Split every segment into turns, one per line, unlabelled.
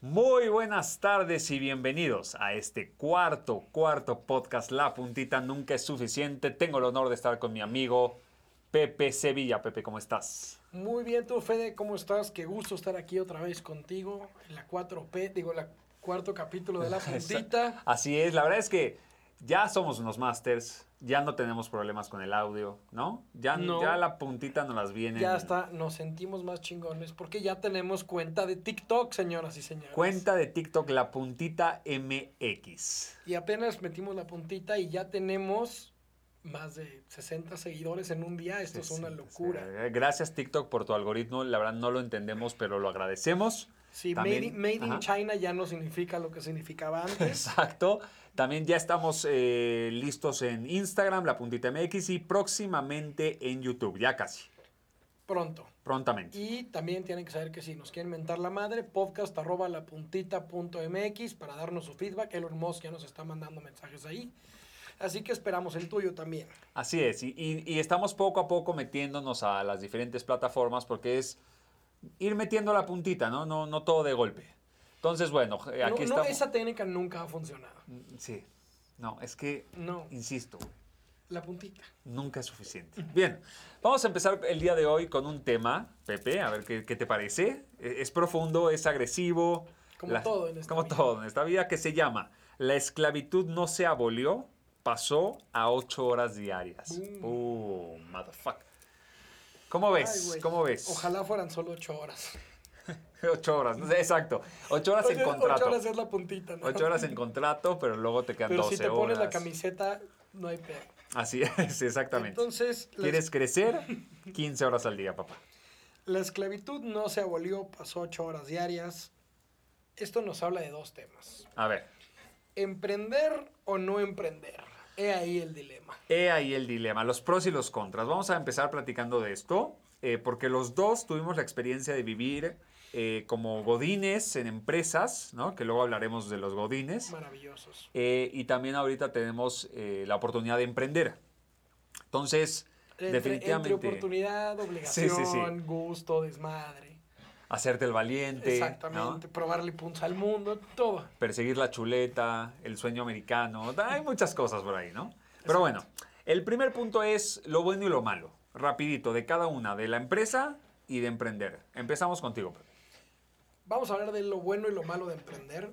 Muy buenas tardes y bienvenidos a este cuarto, cuarto podcast. La puntita nunca es suficiente. Tengo el honor de estar con mi amigo Pepe Sevilla. Pepe, ¿cómo estás?
Muy bien, tú, Fede, ¿cómo estás? Qué gusto estar aquí otra vez contigo en la 4P, digo, la cuarto capítulo de La Puntita.
Así es, la verdad es que ya somos unos masters, ya no tenemos problemas con el audio, ¿no? Ya,
No.
ya la puntita nos las viene.
Ya está, nos sentimos más chingones porque ya tenemos cuenta de TikTok, señoras y señores.
Cuenta de TikTok, la puntita MX.
Y apenas metimos la puntita y ya tenemos más de 60 seguidores en un día. Esto es
Sí,
una
sí,
locura.
sí. Gracias TikTok por tu algoritmo, la verdad no lo entendemos, pero lo agradecemos.
Sí,
También-
made, in- made in
ajá.
China ya no significa lo que significaba antes.
Exacto. También ya estamos eh, listos en Instagram, la puntita MX, y próximamente en YouTube, ya casi,
Pronto.
prontamente.
Y también tienen que saber que si nos quieren mentar la madre, podcast arroba la puntita punto MX para darnos su feedback. Elon Musk ya nos está mandando mensajes ahí. Así que esperamos el tuyo también.
Así es, y, y- y estamos poco a poco metiéndonos a las diferentes plataformas porque es ir metiendo la puntita, ¿no? No, no todo de golpe. Entonces, bueno, eh,
No,
aquí
no,
estamos.
esa técnica nunca ha funcionado.
Sí, no, es que,
No,
insisto,
la puntita.
nunca es suficiente. Bien, vamos a empezar el día de hoy con un tema, Pepe, a ver qué, qué te parece. Eh, Es profundo, es agresivo.
Como todo en esta
Como
vida.
todo en esta vida, que se llama La esclavitud no se abolió, pasó a ocho horas diarias.
Boom.
Uh, motherfucker. ¿Cómo ves?
Ay, güey.
¿Cómo ves?
Ojalá fueran solo ocho horas.
Ocho horas, no sé, exacto. Ocho horas en
Ocho-
contrato.
ocho horas es la puntita, ¿no?
Ocho horas en contrato, pero luego te quedan
Pero
doce
si te
horas.
pones la camiseta, no hay pedo.
Así es, exactamente.
Entonces, la,
¿Quieres crecer? 15 horas al día, papá.
la esclavitud no se abolió, pasó ocho horas diarias. Esto nos habla de dos temas.
A ver,
¿Emprender o no emprender? He ahí el dilema.
he ahí el dilema, los pros y los contras. Vamos a empezar platicando de esto, eh, porque los dos tuvimos la experiencia de vivir eh, como godines en empresas, ¿no? que luego hablaremos de los godines,
Maravillosos.
Eh, y también ahorita tenemos eh, la oportunidad de emprender. Entonces,
Entre, entre
definitivamente,
oportunidad,
sí,
obligación,
sí.
gusto, desmadre.
hacerte el valiente, ¿no?
Exactamente. Probarle punta al mundo, todo.
perseguir la chuleta, el sueño americano, hay muchas cosas por ahí, ¿no? Pero bueno, el primer punto es lo bueno y lo malo, rapidito, de cada una, de la empresa y de emprender. Empezamos contigo. Pepe.
Vamos a hablar de lo bueno y lo malo de emprender.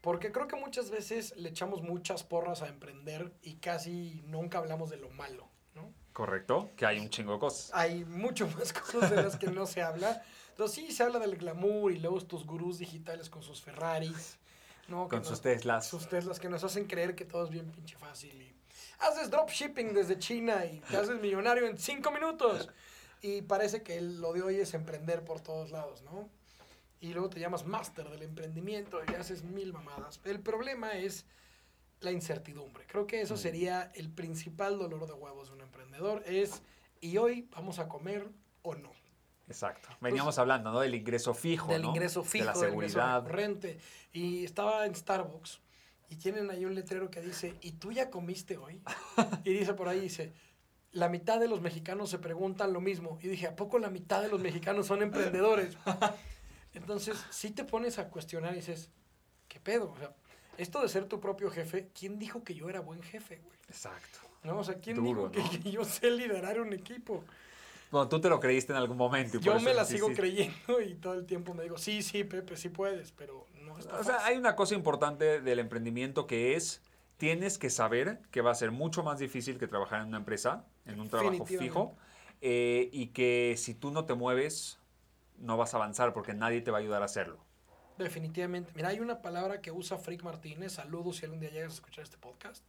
Porque creo que muchas veces le echamos muchas porras a emprender y casi nunca hablamos de lo malo, ¿no?
Correcto, que hay un chingo de cosas.
Hay mucho más cosas de las que no se habla. Entonces sí se habla del glamour y luego estos gurús digitales con sus Ferraris, ¿no? Que
Con
nos-
sus Teslas.
Sus Teslas que nos hacen creer que todo es bien pinche fácil y haces dropshipping desde China y te haces millonario en cinco minutos. Y parece que lo de hoy es emprender por todos lados, ¿no? Y luego te llamas máster del emprendimiento y haces mil mamadas. El problema es la incertidumbre. Creo que eso sería el principal dolor de huevos de un emprendedor. Es, ¿y hoy vamos a comer o no?
Exacto. Veníamos hablando, ¿no? Del ingreso fijo,
del
¿no?
ingreso fijo,
de la
del ingreso
seguridad.
recurrente. Y estaba en Starbucks y tienen ahí un letrero que dice, ¿y tú ya comiste hoy? y dice por ahí, dice, la mitad de los mexicanos se preguntan lo mismo. Y dije, ¿a poco la mitad de los mexicanos son emprendedores? Entonces, si te pones a cuestionar y dices, ¿qué pedo? O sea, esto de ser tu propio jefe, ¿quién dijo que yo era buen jefe, güey?
Exacto.
¿No? O sea, ¿quién
Duro,
dijo
¿no?
que, que yo sé liderar un equipo?
Bueno, tú te lo creíste en algún momento. y por
Yo
eso
me
lo
la sigo
hiciste.
creyendo y todo el tiempo me digo, sí, sí, Pepe, sí puedes, pero no está
O sea,
fácil".
hay una cosa importante del emprendimiento que es, tienes que saber que va a ser mucho más difícil que trabajar en una empresa, en un trabajo fijo,
Definitivamente.
eh, y que si tú no te mueves, no vas a avanzar porque nadie te va a ayudar a hacerlo.
Definitivamente. Mira, hay una palabra que usa Frick Martínez, saludos si algún día llegas a escuchar este podcast,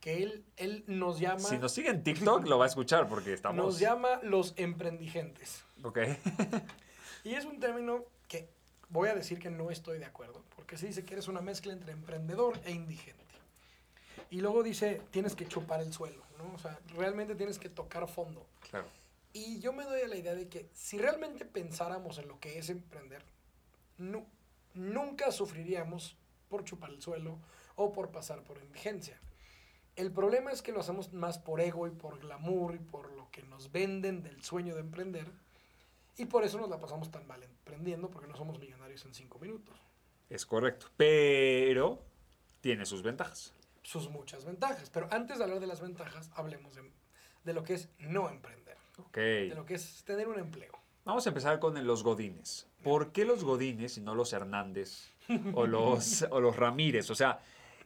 que él, él nos llama...
Si nos siguen en TikTok, lo va a escuchar porque estamos...
Nos llama los emprendigentes.
Ok.
Y es un término que voy a decir que no estoy de acuerdo, porque se dice que eres una mezcla entre emprendedor e indigente. Y luego dice, tienes que chupar el suelo, ¿no? O sea, realmente tienes que tocar fondo.
Claro.
Y yo me doy a la idea de que si realmente pensáramos en lo que es emprender, nu- nunca sufriríamos por chupar el suelo o por pasar por indigencia. El problema es que lo hacemos más por ego y por glamour y por lo que nos venden del sueño de emprender. Y por eso nos la pasamos tan mal emprendiendo porque no somos millonarios en cinco minutos.
Es correcto. Pero tiene sus ventajas.
Sus muchas ventajas. Pero antes de hablar de las ventajas, hablemos de, de lo que es no emprender.
Ok.
De lo que es tener un empleo.
Vamos a empezar con los Godines. ¿Por qué los Godines y no los Hernández o los, o los Ramírez? O sea,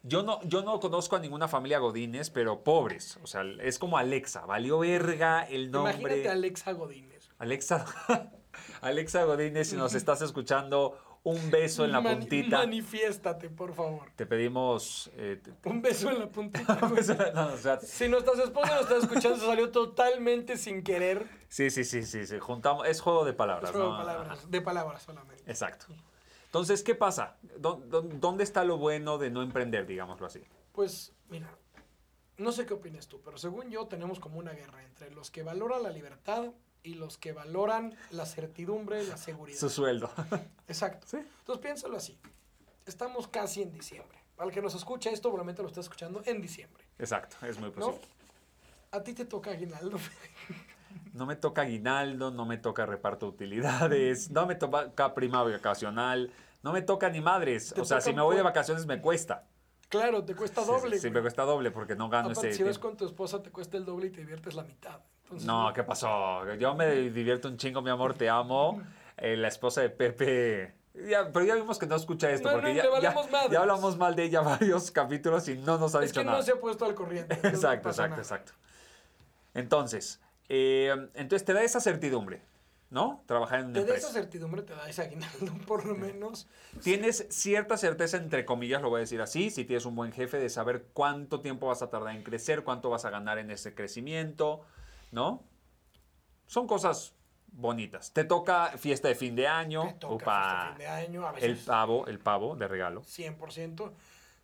yo no, yo no conozco a ninguna familia Godines, pero pobres. O sea, es como Alexa. Valió verga el nombre.
Imagínate a Alexa Godínez.
Alexa, Alexa Godínez, si nos estás escuchando, un beso en la
Mani-
puntita.
Manifiéstate, por favor.
Te pedimos... eh, te- te-
Un beso en la puntita.
un
güey.
beso en la- no, o sea,
si nuestras esposas nos están escuchando, eso salió totalmente sin querer.
sí, sí, sí, sí, sí, Juntamos, es juego de palabras.
Es juego
Pues ¿no? Eh.
de palabras, de palabras solamente.
Exacto. Entonces, ¿qué pasa? ¿Dó- dó- ¿Dónde está lo bueno de no emprender, digámoslo así?
Pues, mira, no sé qué opinas tú, pero según yo tenemos como una guerra entre los que valoran la libertad y los que valoran la certidumbre y la seguridad.
Su sueldo.
Exacto.
Sí.
Entonces piénsalo así. Estamos casi en diciembre. Para el que nos escucha esto, probablemente lo está escuchando en diciembre,
Exacto, es muy
¿no?
posible.
A ti te toca aguinaldo.
No, me toca aguinaldo, no me toca reparto de utilidades, no me toca prima vacacional, no me toca ni madres.
Te
O sea, si
tocan
me voy de
por-
vacaciones me cuesta.
claro, te cuesta
Sí, sí,
doble.
Sí, me
güey.
cuesta doble porque no gano
Aparte,
ese...
si ves
tiempo.
con tu esposa, te cuesta el doble y te diviertes la mitad. Entonces,
No, ¿qué pasó? Yo me divierto un chingo, mi amor, te amo. Eh, la esposa de Pepe... ya, pero ya vimos que no escucha esto
No,
porque
no,
ya,
le
ya-
valemos madres.
ya hablamos mal de ella varios capítulos y no nos ha
Es
dicho
que
nada.
no se ha puesto al corriente. entonces no
Exacto,
pasa
exacto,
nada.
exacto. Entonces, eh, entonces te da esa certidumbre, ¿no? Trabajar en una
Te da esa
empresa.
certidumbre, te da ese aguinaldo, por lo menos.
Tienes cierta certeza, entre comillas, lo voy a decir así, si tienes un buen jefe, de saber cuánto tiempo vas a tardar en crecer, cuánto vas a ganar en ese crecimiento, ¿no? Son cosas bonitas. Te toca fiesta de fin de año.
Te toca
upa,
hasta fin de año, a
el
veces
pavo, el pavo de regalo.
100%.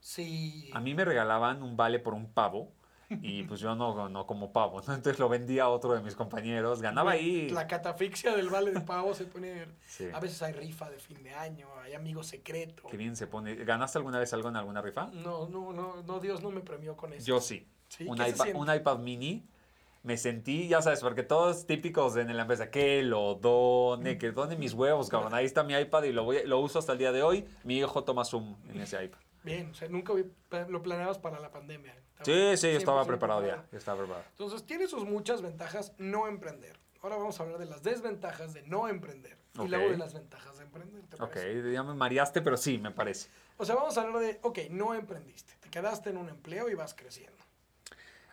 Sí.
A mí me regalaban un vale por un pavo y pues yo no, no como pavo, ¿no? Entonces lo vendía a otro de mis compañeros, ganaba ahí.
La catafixia del vale de pavo se pone.
Sí.
A veces hay rifa de fin de año, hay amigo secreto.
Qué bien se pone. ¿Ganaste alguna vez algo en alguna rifa?
No, no, no, no, Dios no me premió con eso.
Yo sí.
Sí,
un,
¿qué se
iPad,
siente?
un iPad mini. Me sentí, ya sabes, porque todos típicos en la empresa, que lo done,
Mm.
que done mis huevos, cabrón. Ahí está mi iPad y lo, voy, lo uso hasta el día de hoy. Mi hijo toma Zoom en ese iPad.
Bien, o sea, nunca vi- lo planeabas para la pandemia.
Sí, sí, yo estaba
100%
preparado ya. Yo estaba preparado.
Entonces, tiene sus muchas ventajas no emprender. Ahora vamos a hablar de las desventajas de no emprender. Y
Ok.
luego de las ventajas de emprender. ¿te
Ok,
parece?
ya me mareaste, pero sí, me parece.
O sea, vamos a hablar de, ok, no emprendiste. Te quedaste en un empleo y vas creciendo.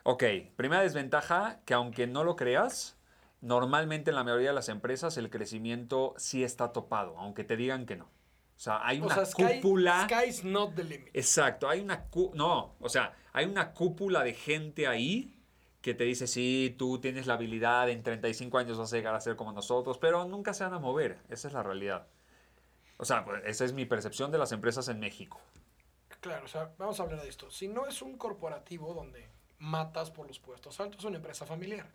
Ok, primera desventaja, que aunque no lo creas, normalmente en la mayoría de las empresas el crecimiento sí está topado, aunque te digan que no. O sea, hay
O
una
sea, sky,
cúpula.
sky's not the limit.
Exacto, hay una cú- no, o sea, hay una cúpula de gente ahí que te dice, "Sí, tú tienes la habilidad, en 35 años vas a llegar a ser como nosotros", pero nunca se van a mover, esa es la realidad. O sea, pues, esa es mi percepción de las empresas en México.
Claro, o sea, vamos a hablar de esto. Si no es un corporativo donde matas por los puestos altos, es una empresa familiar.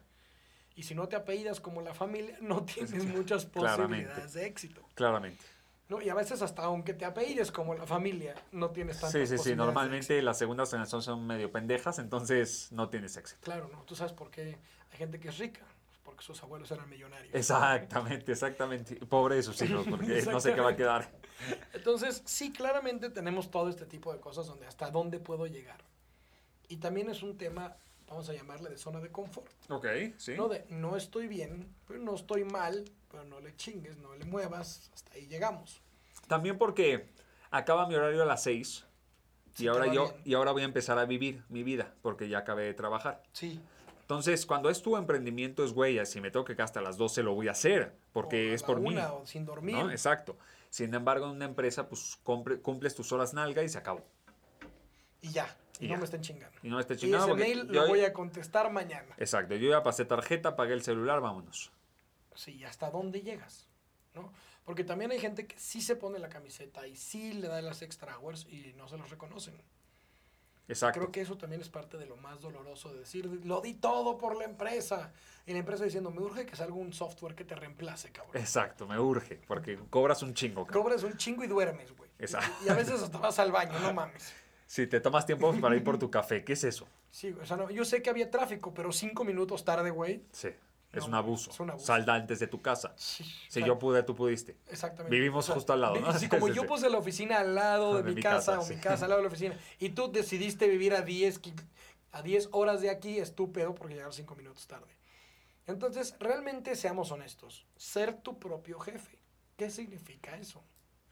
Y si no te apellidas como la familia, no tienes muchas
Claramente.
posibilidades de éxito.
Claramente.
¿no? Y a veces hasta aunque te apellides como la familia, no tienes tantas
Sí, sí, sí,
posibilidades de éxito.
normalmente las segundas generaciones son medio pendejas, entonces no tienes éxito.
Claro, ¿no? Tú sabes por qué hay gente que es rica, pues porque sus abuelos eran millonarios.
Exactamente, exactamente. Pobre de sus hijos, porque no sé qué va a quedar.
Entonces, sí, claramente tenemos todo este tipo de cosas donde hasta dónde puedo llegar. Y también es un tema, vamos a llamarle de zona de confort.
Ok, sí.
No de no estoy bien, pero no estoy mal, pero no le chingues, no le muevas, hasta ahí llegamos.
También porque acaba mi horario a las 6
Si
y
te
ahora
va
yo
bien.
y ahora voy a empezar a vivir mi vida porque ya acabé de trabajar.
Sí.
Entonces, cuando es tu emprendimiento es huella, si me tengo que quedar hasta las 12 lo voy a hacer porque
O a
es
la
por mí,
una, o sin dormir.
¿no? Exacto. Sin embargo, en una empresa pues compre- cumples tus horas nalga y se acabó.
Y ya, y
Y
no
ya.
me estén chingando.
Y no me esté
Y
chingando
ese
porque
mail
yo-
lo voy a contestar mañana.
Exacto, yo ya pasé tarjeta, pagué el celular, vámonos.
pues Sí, ¿hasta dónde llegas? ¿No? Porque también hay gente que sí se pone la camiseta y sí le da las extra hours y no se los reconocen.
Exacto.
Creo que eso también es parte de lo más doloroso de decir, lo di todo por la empresa. Y la empresa diciendo, me urge que salga un software que te reemplace, cabrón.
Exacto, me urge porque cobras un chingo. cabrón.
Cobras un chingo y duermes, güey. Y-
Exacto.
Y a veces hasta vas al baño, no mames.
Si te tomas tiempo para ir por tu café, ¿qué es eso?
Sí, o sea, no, yo sé que había tráfico, pero cinco minutos tarde, güey,
Sí. Es
No,
un abuso.
es un abuso.
Salda antes de tu casa.
Sí,
Si
claro.
yo pude, tú pudiste.
Exactamente.
Vivimos justo al lado,
vi-
¿no?
sí, como
Sí,
yo
sí.
puse la oficina al lado de, mi, casa, o
sí.
mi casa al lado de la oficina, y tú decidiste vivir a 10, qui- a 10 horas de aquí, estúpido, porque llegaron 5 minutos tarde. Entonces, realmente seamos honestos. Ser tu propio jefe. ¿Qué significa eso?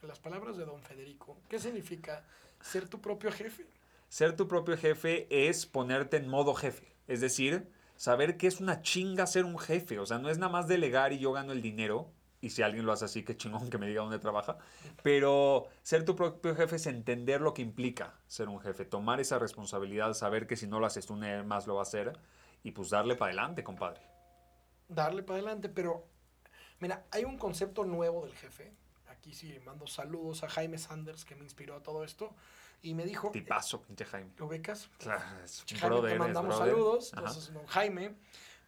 En las palabras de don Federico, ¿qué significa ser tu propio jefe?
Ser tu propio jefe es ponerte en modo jefe. Es decir, saber que es una chinga ser un jefe. O sea, no es nada más delegar y yo gano el dinero. Y si alguien lo hace así, qué chingón que me diga dónde trabaja. Pero ser tu propio jefe es entender lo que implica ser un jefe. Tomar esa responsabilidad, saber que si no lo haces tú, nadie más lo va a hacer. Y pues darle para adelante, compadre.
darle para adelante, pero mira, hay un concepto nuevo del jefe. Aquí sí mando saludos a Jaime Sanders que me inspiró a todo esto y me dijo,
Tipazo, pinche Jaime.
¿lo becas?
Claro, es un
Jaime,
brother,
te
es
mandamos
brother.
saludos.
Ajá.
Entonces, no, Jaime,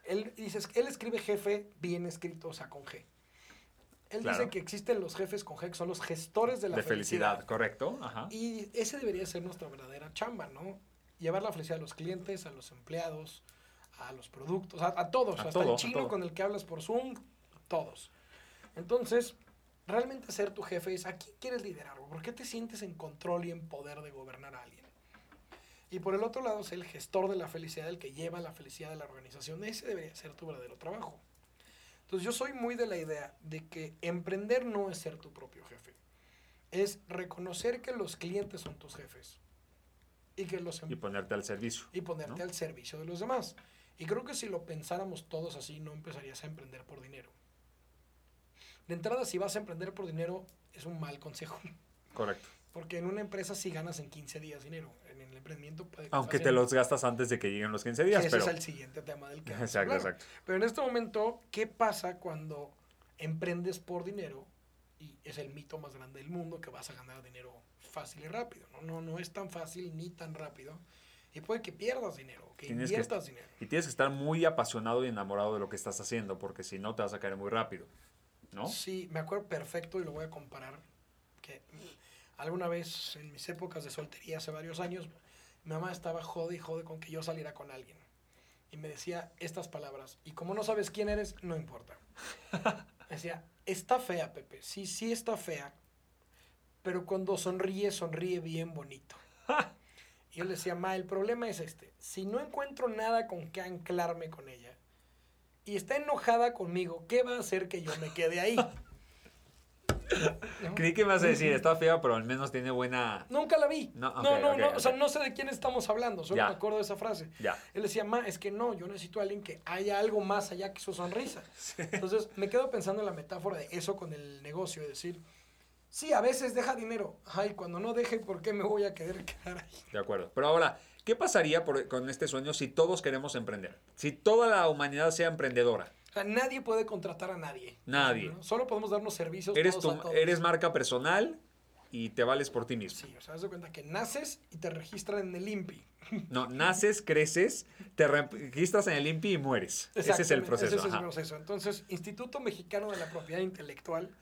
él dice, él escribe jefe bien escrito, o sea, con G. Él
Claro.
dice que existen los jefes con G, que son los gestores de la
de felicidad,
felicidad.
correcto. Ajá.
Y ese debería ser nuestra verdadera chamba, ¿no? Llevar la felicidad a los clientes, a los empleados, a los productos, a, a todos,
A
hasta
todo, a
el chino
todo.
con el que hablas por Zoom, todos. Entonces, realmente ser tu jefe es a quién quieres liderar, güey? ¿por qué te sientes en control y en poder de gobernar a alguien? Y por el otro lado, ser el gestor de la felicidad, el que lleva la felicidad de la organización, ese debería ser tu verdadero trabajo. Entonces yo soy muy de la idea de que emprender no es ser tu propio jefe, es reconocer que los clientes son tus jefes y que los
Y
em-
ponerte al servicio.
y ponerte
¿no?
al servicio de los demás. Y creo que si lo pensáramos todos así, no empezarías a emprender por dinero. De entrada, si vas a emprender por dinero, es un mal consejo.
Correcto.
Porque en una empresa sí ganas en 15 días dinero. En el emprendimiento puede que
Aunque
estás
te
en-
los gastas antes de que lleguen los 15 días,
Ese
pero...
es el siguiente tema del que vamos a
Exacto,
hablar.
exacto.
Pero en este momento, ¿qué pasa cuando emprendes por dinero? Y es el mito más grande del mundo que vas a ganar dinero fácil y rápido. No, no, no es tan fácil ni tan rápido. Y puede que pierdas dinero, que
Tienes que-
inviertas dinero.
Y tienes que estar muy apasionado y enamorado de lo que estás haciendo, porque si no te vas a caer muy rápido, ¿no?
Sí, me acuerdo perfecto y lo voy a comparar. Que alguna vez en mis épocas de soltería hace varios años, mi mamá estaba jode y jode con que yo saliera con alguien. Y me decía estas palabras. Y como no sabes quién eres, no importa. Decía, está fea, Pepe. Sí, sí está fea. Pero cuando sonríe, sonríe bien bonito. Y yo le decía, ma, el problema es este. Si no encuentro nada con que anclarme con ella y está enojada conmigo, ¿qué va a hacer que yo me quede ahí? ¿No?
Creí que me vas a decir, está fea, pero al menos tiene buena...
Nunca la vi.
No, ok,
no, no,
ok,
no,
ok.
O sea, no sé de quién estamos hablando. Solo
Ya.
me acuerdo de esa frase.
Ya.
Él decía, ma, es que no, yo necesito a alguien que haya algo más allá que su sonrisa. Entonces me quedo pensando en la metáfora de eso con el negocio, es decir, sí, a veces deja dinero. Ay, cuando no deje, ¿por qué me voy a querer quedar ahí?
De acuerdo. Pero ahora, ¿qué pasaría por- con este sueño si todos queremos emprender? Si toda la humanidad sea emprendedora.
O sea, nadie puede contratar a nadie.
Nadie.
¿no? Solo podemos darnos servicios
Eres,
todos
tu-
a todos.
eres marca personal y te vales por ti mismo.
Sí, o sea, haz de cuenta que naces y te registran en el INPI.
No, naces, creces, te registras en el INPI y mueres. Ese es el
Exactamente,
proceso.
Ese es el
ajá.
proceso. Entonces, Instituto Mexicano de la Propiedad Intelectual,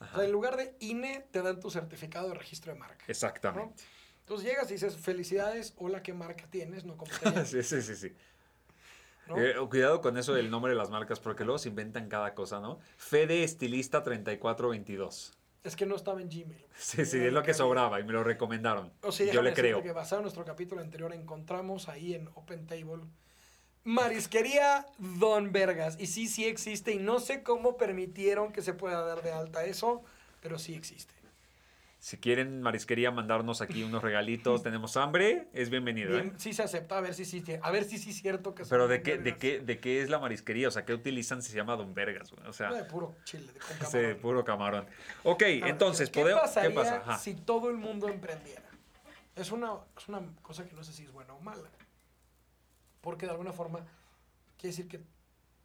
o sea, en lugar de INE, te dan tu certificado de registro de marca. ¿no?
Exactamente.
Entonces llegas y dices, felicidades, hola, ¿qué marca tienes? No, como te llamas,
Sí, sí, sí, sí.
¿no?
Eh, cuidado con eso del nombre de las marcas, porque luego se inventan cada cosa, ¿no? Fede Estilista 3422.
Es que no estaba en Gmail.
Sí, sí, es lo que sobraba y me lo recomendaron.
O sea,
Y yo
déjame
le
decirte
creo.
que basado en nuestro capítulo anterior encontramos ahí en Open Table Marisquería Don Vergas. Y sí, sí existe. Y no sé cómo permitieron que se pueda dar de alta eso, pero sí existe.
Si quieren marisquería mandarnos aquí unos regalitos, tenemos hambre, es bienvenido. ¿eh?
Bien, sí se acepta, a ver si sí, a ver si sí es cierto que son
Pero ¿de
Don
qué, de,
Vergas.
qué, ¿de qué es la marisquería? O sea, ¿qué utilizan si se llama Don Vergas? güey? O sea,
No, de puro chile, de con
ese
camarón.
puro camarón. Ok,
A ver,
entonces,
Ah, ¿qué
podemos-
pasaría
¿qué pasa? Ajá.
si todo el mundo emprendiera? Es una, es una cosa que no sé si es buena o mala. Porque de alguna forma quiere decir que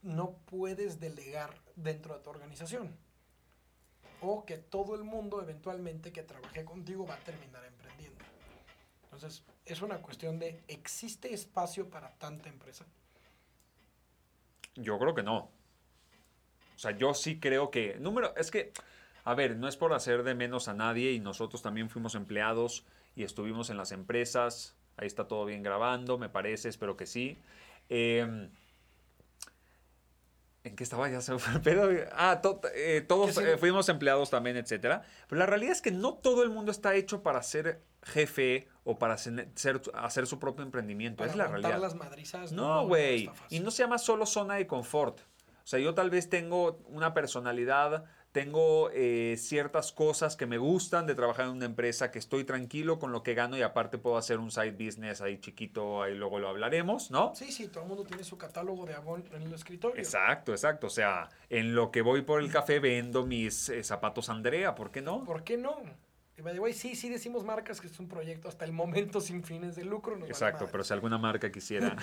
no puedes delegar dentro de tu organización. O que todo el mundo eventualmente que trabaje contigo va a terminar emprendiendo. Entonces, es una cuestión de, ¿existe espacio para tanta empresa?
Yo creo que no. O sea, yo sí creo que. Número, es que, a ver, no es por hacer de menos a nadie y nosotros también fuimos empleados y estuvimos en las empresas. Ahí está todo bien grabando, me parece, espero que sí. Eh, Em, ¿En qué estaba? Ya se me fue el pedo. Ah, to- eh, todos
Que sí.
eh, fuimos empleados también, etcétera. Pero la realidad es que no todo el mundo está hecho para ser jefe o para sen- ser- hacer su propio emprendimiento.
Para
es la
aguantar
realidad.
las madrizas.
No, güey.
está fácil.
y no se llama solo zona de confort. O sea, yo tal vez tengo una personalidad, tengo eh, ciertas cosas que me gustan de trabajar en una empresa, que estoy tranquilo con lo que gano y aparte puedo hacer un side business ahí chiquito, ahí luego lo hablaremos, ¿no?
Sí, sí, todo el mundo tiene su catálogo de Avon en el escritorio.
Exacto, exacto. O sea, en lo que voy por el café vendo mis eh, zapatos Andrea, ¿por qué no?
¿Por qué no? Y by the way, sí, sí decimos marcas que es un proyecto hasta el momento sin fines de lucro. nos vale
Exacto,
madre.
pero si alguna marca quisiera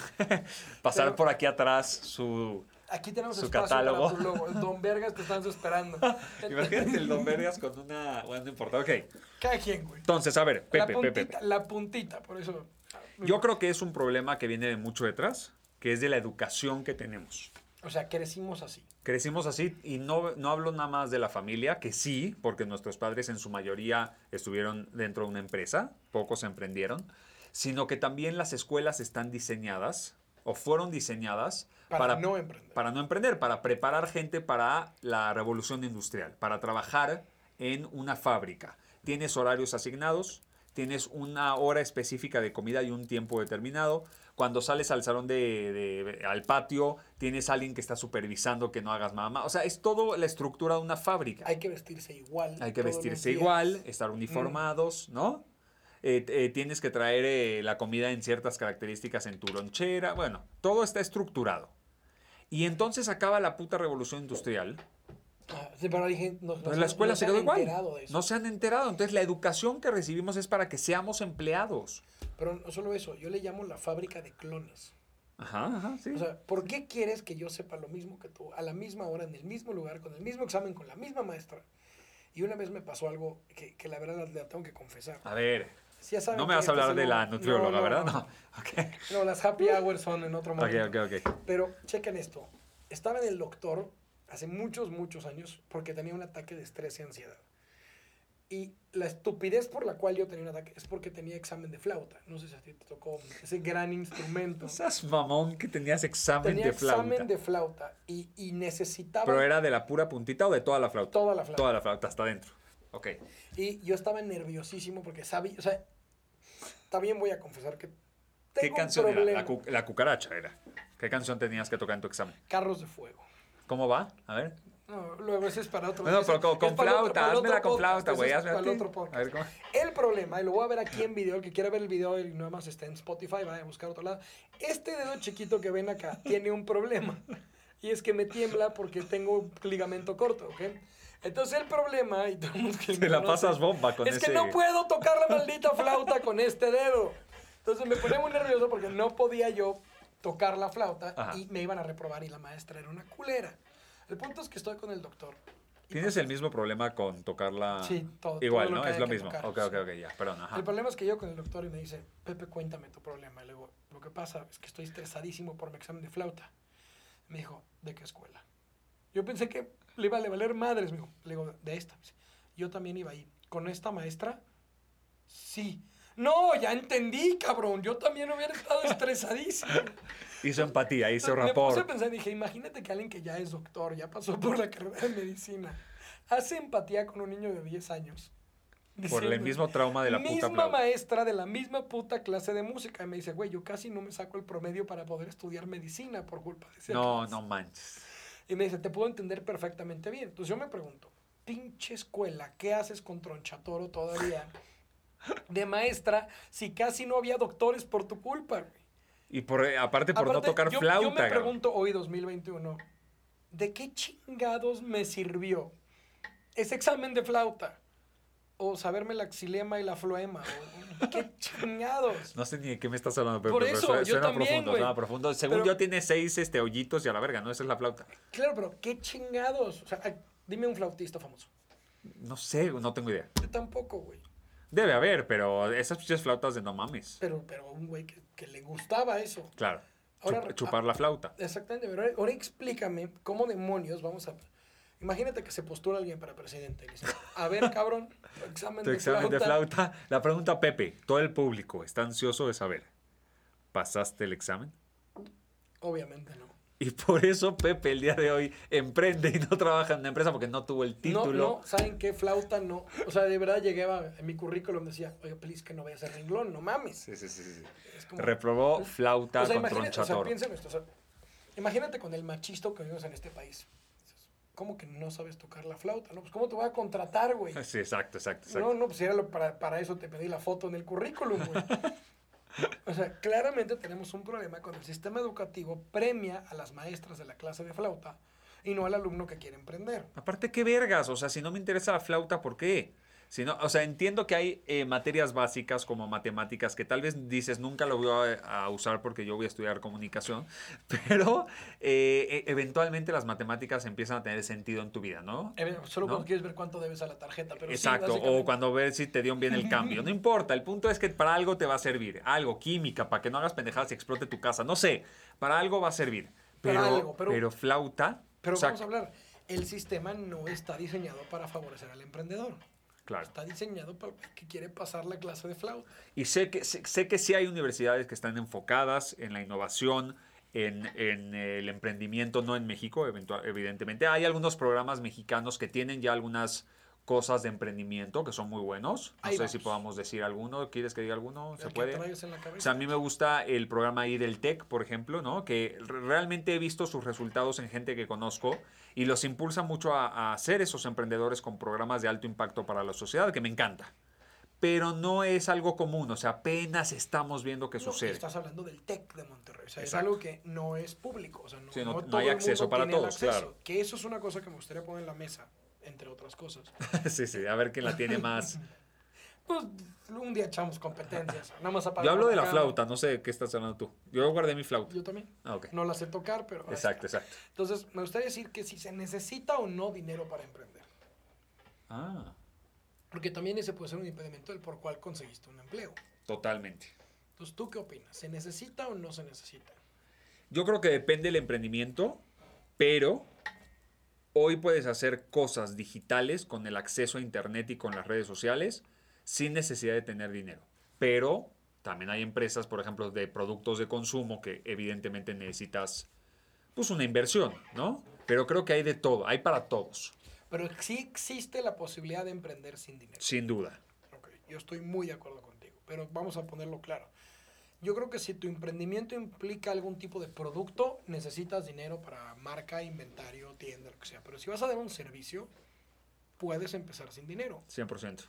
pasar por aquí atrás su...
Aquí tenemos
su
espacio
catálogo.
para tu logo. Don Vergas te están esperando.
Imagínate el Don Vergas con una... Bueno, no importa, ok.
Cada quien, güey.
Entonces, a ver,
la
Pepe,
puntita,
Pepe.
la puntita, por eso.
Yo creo que es un problema que viene de mucho detrás, que es de la educación que tenemos.
O sea, crecimos así.
Crecimos así y no, no hablo nada más de la familia, que sí, porque nuestros padres en su mayoría estuvieron dentro de una empresa, pocos emprendieron, sino que también las escuelas están diseñadas o fueron diseñadas
Para, no emprender.
para no emprender, para preparar gente para la revolución industrial, para trabajar en una fábrica. Tienes horarios asignados, tienes una hora específica de comida y un tiempo determinado. Cuando sales al salón de, de- al patio, tienes a alguien que está supervisando que no hagas mamá. O sea, es toda la estructura de una fábrica.
Hay que vestirse igual.
Hay que
todos los
vestirse
días. Mm.
igual, estar uniformados, ¿no? Eh, eh, tienes que traer eh, la comida en ciertas características en tu lonchera. Bueno, todo está estructurado. Y entonces acaba la puta revolución industrial.
Ah, sí, pero hay gente- no- no
Entonces
se-
la escuela
no
se
han
quedó igual.
enterado de eso.
No se han enterado. Entonces la educación que recibimos es para que seamos empleados.
Pero no solo eso, yo le llamo la fábrica de clones.
Ajá, ajá, sí.
O sea, ¿por qué quieres que yo sepa lo mismo que tú, a la misma hora, en el mismo lugar, con el mismo examen, con la misma maestra? Y una vez me pasó algo que, que la verdad la, la tengo que confesar.
a ver,
Sí, ya
Ah,
saben
no me
que
vas a hablar
este
de
es
la
el-
nutrióloga,
no, no,
¿verdad?
no.
No. Ok.
No, las happy hours son en otro
Ok,
momento.
ok, ok.
Pero chequen esto. Estaba en el doctor hace muchos, muchos años porque tenía un ataque de estrés y ansiedad. Y la estupidez por la cual yo tenía un ataque es porque tenía examen de flauta. No sé si a ti te tocó ese gran instrumento.
No seas mamón que tenías examen
tenía
de flauta.
examen de flauta y, y necesitaba
Pero era de la pura puntita o de toda la flauta.
toda la flauta.
Toda la flauta hasta adentro. Ok.
Y yo estaba nerviosísimo porque sabía, o sea, también voy a confesar que
¿Qué
tengo
canción
un
era?
problema.
La, cu- la cucaracha era. ¿Qué canción tenías que tocar en tu examen?
Carros de fuego.
¿Cómo va? A ver.
No, luego ese es para otro.
Bueno,
ese-
pero con,
Pues es
con
para otro-
flauta,
para otro
hazmela con
podcast,
flauta,
ese
güey.
es
hazme a
para
ti.
otro podcast.
A ver cómo.
El problema, y lo voy a ver aquí en video, el que quiera ver el video y nada más está en Spotify, vaya a buscar otro lado. Este dedo chiquito que ven acá tiene un problema. Y es que me tiembla porque tengo un ligamento corto, ¿ok? Entonces el problema, y todo el mundo que me
Te la
conoce,
pasas bomba con
es
ese.
que no puedo tocar la maldita flauta con este dedo. Entonces me ponía muy nervioso porque no podía yo tocar la flauta
Ajá.
y me iban a reprobar y la maestra era una culera. El punto es que estoy con el doctor. y
Tienes el mismo problema con tocarla.
Sí, todo-
Igual,
todo lo
¿no?
que
Es
haya
lo
que
mismo.
tocar,
ok,
sí.
ok, ok, ya. Perdón, ajá.
El problema es que yo con el doctor y me dice, Pepe, cuéntame tu problema. Y le digo, lo que pasa es que estoy estresadísimo por mi examen de flauta. Me dijo, ¿de qué escuela? Yo pensé que le iba a valer madres. Me dijo, le digo, de esta. Me dice, yo también iba ahí. ¿Con esta maestra? Sí. No, ya entendí, cabrón. Yo también hubiera estado estresadísimo.
Hizo empatía, hizo
Me puse a
rapport.
pensar y dije, imagínate que alguien que ya es doctor, ya pasó por la carrera de medicina, hace empatía con un niño de 10 años.
Por el
Diciendo,
mismo trauma de la
misma
puta flauta.
maestra de la misma puta clase de música. Y me dice, güey, yo casi no me saco el promedio para poder estudiar medicina por culpa de ese.
No, no manches.
Y me dice, te puedo entender perfectamente bien. Entonces yo me pregunto, pinche escuela, ¿qué haces con tronchatoro todavía de maestra si casi no había doctores por tu culpa, güey?
Y por, eh, aparte por no
Aparte,
tocar
yo-
flauta.
Yo me
cabrón.
pregunto hoy, 2021, ¿de qué chingados me sirvió ese examen de flauta? O saberme la axilema y la floema. o- ¿Qué chingados?
No sé ni de qué me estás hablando, pero,
Por
pero
eso,
suena,
yo
suena
también,
profundo,
güey.
suena profundo. Según
Pero-
yo tiene seis este, hoyitos y a la verga, ¿no? Esa es la flauta.
Claro, pero ¿qué chingados? O sea, ay, dime un flautista famoso.
No sé, no tengo idea.
Yo tampoco, güey.
Debe haber, pero esas pinches flautas de no mames.
Pero, pero un güey que, que le gustaba eso.
Claro.
Ahora-
Chup- chupar la flauta.
Exactamente, pero ahora, ahora explícame cómo demonios vamos a... Imagínate que se postula alguien para presidente. y dice, A ver, cabrón, tu examen,
Tu examen de flauta. La pregunta, Pepe, todo el público está ansioso de saber. ¿Pasaste el examen?
Obviamente no.
Y por eso Pepe el día de hoy emprende y no trabaja en una empresa porque no tuvo el título.
No, no, ¿saben qué? Flauta no. O sea, de verdad llegaba en mi currículum decía, oye, please, que no vayas a ser renglón, no mames.
Sí, sí, sí. sí.
Es como-
Reprobó flauta
o sea,
con
imagínate, o sea,
tronchatoro.
piensen esto, o sea, imagínate con el machisto que vivimos en este país. Dices, ¿Cómo que no sabes tocar la flauta? No, pues ¿cómo te voy a contratar, güey?
Sí, exacto, exacto, exacto.
No, no, pues era lo- para, para eso te pedí la foto en el currículum, güey. O sea, claramente tenemos un problema cuando el sistema educativo premia a las maestras de la clase de flauta y no al alumno que quiere emprender.
Aparte, qué vergas. O sea, si no me interesa la flauta, ¿por qué? Si no, o sea, entiendo que hay eh, materias básicas como matemáticas que tal vez dices nunca lo voy a, a usar porque yo voy a estudiar comunicación, pero eh, e- eventualmente las matemáticas empiezan a tener sentido en tu vida, ¿no?
Eh, Solo
¿No?
cuando quieres ver cuánto debes a la tarjeta, pero sí,
Exacto, o
básicamente-
cuando ves si te dio bien el cambio. No importa, el punto es que para algo te va a servir. Algo, química, para que no hagas pendejadas y explote tu casa. No sé, para algo va a servir. Pero,
Para algo,
pero,
pero-
flauta.
Pero
o sea,
vamos a hablar, el sistema no está diseñado para favorecer al emprendedor.
Claro.
Está diseñado para el güey que quiere pasar la clase de flauta.
Y sé que, sé, sé que sí hay universidades que están enfocadas en la innovación, en, en el emprendimiento, no en México, eventua- evidentemente. Hay algunos programas mexicanos que tienen ya algunas cosas de emprendimiento que son muy buenos. No
Ahí
sé si
vamos.
podamos decir alguno. ¿Quieres que diga alguno? ¿Se
el
puede?
que traigas en la
O sea,
cabeza.
a mí me gusta el programa ahí del TEC, por ejemplo, ¿no? Que re- realmente he visto sus resultados en gente que conozco y los impulsa mucho a, a ser esos emprendedores con programas de alto impacto para la sociedad, que me encanta. Pero no es algo común, o sea, apenas estamos viendo que
No,
sucede.
Estás hablando del TEC de Monterrey. O sea, es
Exacto.
algo que no es público. O sea, no,
Sí, no-
no
no
todo
hay
el
acceso
mundo
para
tiene el
todos,
acceso.
claro.
Que eso es una cosa que me gustaría poner en la mesa, entre otras cosas.
sí, sí, a ver quién la tiene más.
Pues un día echamos competencias. Nada más apagar
Yo hablo de la
cámara.
flauta, no sé de qué estás hablando tú. Yo guardé mi flauta.
Yo también.
Ah, ok.
No la sé tocar, pero. ahora
Exacto, exacto.
sí. Entonces, me gustaría decir que si se necesita o no dinero para emprender.
Ah,
Porque también ese puede ser un impedimento del por cual conseguiste un empleo.
totalmente.
Entonces, ¿tú qué opinas? ¿Se necesita o no se necesita?
Yo creo que depende del emprendimiento, pero hoy puedes hacer cosas digitales con el acceso a internet y con las redes sociales sin necesidad de tener dinero. Pero también hay empresas, por ejemplo, de productos de consumo que evidentemente necesitas pues una inversión, ¿no? Pero creo que hay de todo, hay para todos,
Pero sí existe la posibilidad de emprender sin dinero.
sin duda.
Ok, yo estoy muy de acuerdo contigo, pero vamos a ponerlo claro. Yo creo que si tu emprendimiento implica algún tipo de producto, necesitas dinero para marca, inventario, tienda, lo que sea. Pero si vas a dar un servicio, puedes empezar sin dinero.
100%.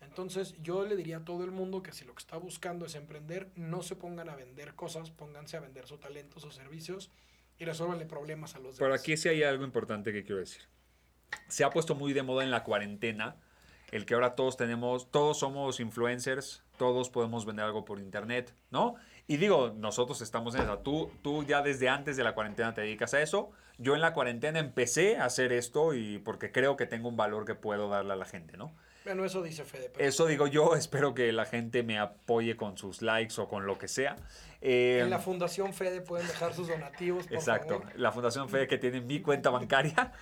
Entonces yo le diría a todo el mundo que si lo que está buscando es emprender, no se pongan a vender cosas, pónganse a vender sus talentos, sus servicios y resuélvanle problemas a los
Pero
demás.
aquí sí hay algo importante que quiero decir. Se ha puesto muy de moda en la cuarentena el que ahora todos tenemos, todos somos influencers, todos podemos vender algo por internet, ¿no? Y digo, nosotros estamos en esa. Tú, tú ya desde antes de la cuarentena te dedicas a eso. Yo en la cuarentena empecé a hacer esto y porque creo que tengo un valor que puedo darle a la gente, ¿no?
Bueno, eso dice Fede, pero
Eso digo yo, espero que la gente me apoye con sus likes o con lo que sea. Eh,
en la Fundación Fede pueden dejar sus donativos, por
exacto,
favor.
la Fundación Fede que tiene mi cuenta bancaria.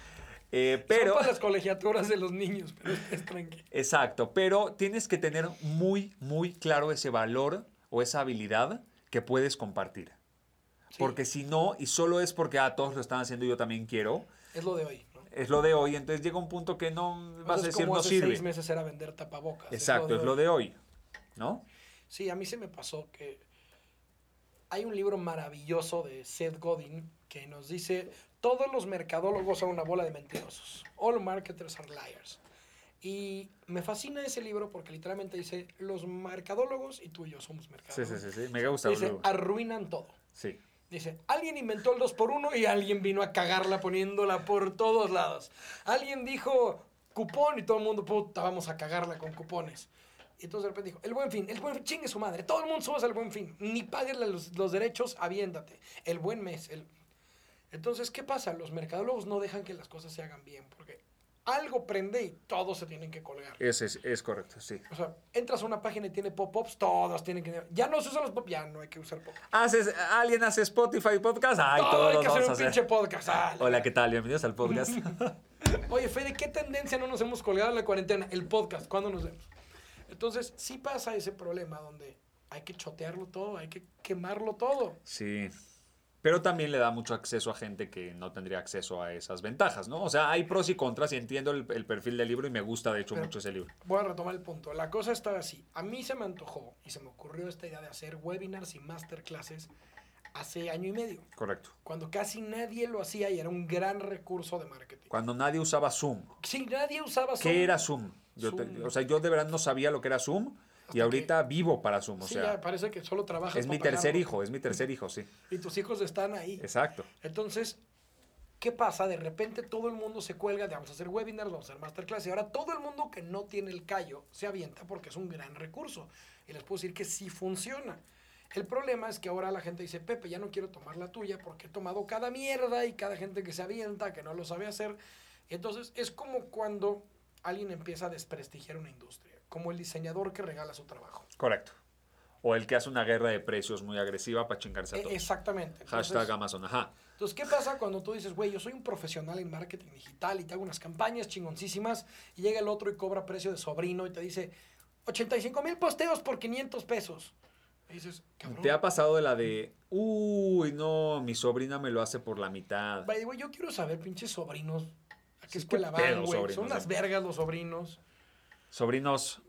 Eh,
Son
pero...
para las colegiaturas de los niños, pero es tranquilo.
Exacto, pero tienes que tener muy, muy claro ese valor o esa habilidad que puedes compartir. Porque si no, y solo es porque ah, todos lo están haciendo y yo también quiero,
Es lo de hoy, ¿no?
es lo de hoy, entonces llega un punto que no vas a
Eso Pues es
decir
como
no
hace
sirve.
seis meses era vender tapabocas.
Exacto, es lo de hoy, ¿no?
Sí, a mí se me pasó que hay un libro maravilloso de Seth Godin que nos dice, todos los mercadólogos son una bola de mentirosos. All marketers are liars. Y me fascina ese libro porque literalmente dice, los mercadólogos, y tú y yo somos
Sí,
mercadólogos,
sí, sí, sí, me gusta.
dice, "Ah".
Blue.
arruinan todo.
Sí,
Dice, alguien inventó el 2x1 y alguien vino a cagarla poniéndola por todos lados. Alguien dijo cupón y todo el mundo, puta, vamos a cagarla con cupones. Y entonces de repente dijo, el buen fin, el buen fin, chingue su madre, todo el mundo subas al buen fin, ni pagues la- los, los derechos, aviéndate. El buen mes, el... Entonces, ¿qué pasa? Los mercadólogos no dejan que las cosas se hagan bien porque algo prende y todos se tienen que colgar.
ese es, es correcto, sí.
O sea, entras a una página y tiene pop-ups, todos tienen que... Ya no se usan los pop, ya no hay que usar pop.
¿Haces, ¿Alguien hace Spotify podcast? Ay,
Todo
todos
hay
los
que hacer
vamos a
un pinche
hacer.
podcast. ah, la
Hola, ¿qué tal? Bienvenidos al podcast.
Oye, Fede, ¿qué tendencia no nos hemos colgado en la cuarentena? El podcast, ¿cuándo nos vemos? Entonces, sí pasa ese problema donde hay que chotearlo todo, hay que quemarlo todo.
sí, Pero también le da mucho acceso a gente que no tendría acceso a esas ventajas, ¿no? O sea, hay pros y contras y entiendo el, el perfil del libro y me gusta, de hecho,
Pero-
mucho ese libro.
Voy a retomar el punto. La cosa está así. A mí se me antojó y se me ocurrió esta idea de hacer webinars y masterclasses hace año y medio,
Correcto.
cuando casi nadie lo hacía y era un gran recurso de marketing.
Cuando nadie usaba Zoom.
Sí, nadie usaba Zoom.
¿Qué era Zoom? Yo te-
Zoom.
o sea, yo de verdad no sabía lo que era Zoom y
que-
ahorita vivo para Zoom. O
Sí,
sea,
ya parece que solo trabajas.
es
para
mi tercer
pagarlo.
hijo, es mi tercer hijo, sí.
Y tus hijos están ahí.
Exacto.
Entonces, ¿qué pasa? De repente todo el mundo se cuelga de vamos a hacer webinars, vamos a hacer masterclass. Y ahora todo el mundo que no tiene el callo se avienta porque es un gran recurso. Y les puedo decir que sí funciona. El problema es que ahora la gente dice, Pepe, ya no quiero tomar la tuya porque he tomado cada mierda y cada gente que se avienta, que no lo sabe hacer. Entonces, es como cuando alguien empieza a desprestigiar una industria, como el diseñador que regala su trabajo.
Correcto. O el que hace una guerra de precios muy agresiva para chingarse a
E-
todos.
Exactamente. Entonces,
Hashtag Amazon, ajá.
Entonces, ¿qué pasa cuando tú dices, güey, yo soy un profesional en marketing digital y te hago unas campañas chingoncísimas y llega el otro y cobra precio de sobrino y te dice 85 mil posteos por 500 pesos? Y dices, cabrón,
¿Te ha pasado de la de, uy, no, mi sobrina me lo hace por la mitad?
by the way, yo quiero saber, pinches sobrinos, ¿a qué
Sí,
escuela
qué pedo,
van, güey? Son
sobrinos,
las
eh.
vergas los sobrinos.
Sobrinos,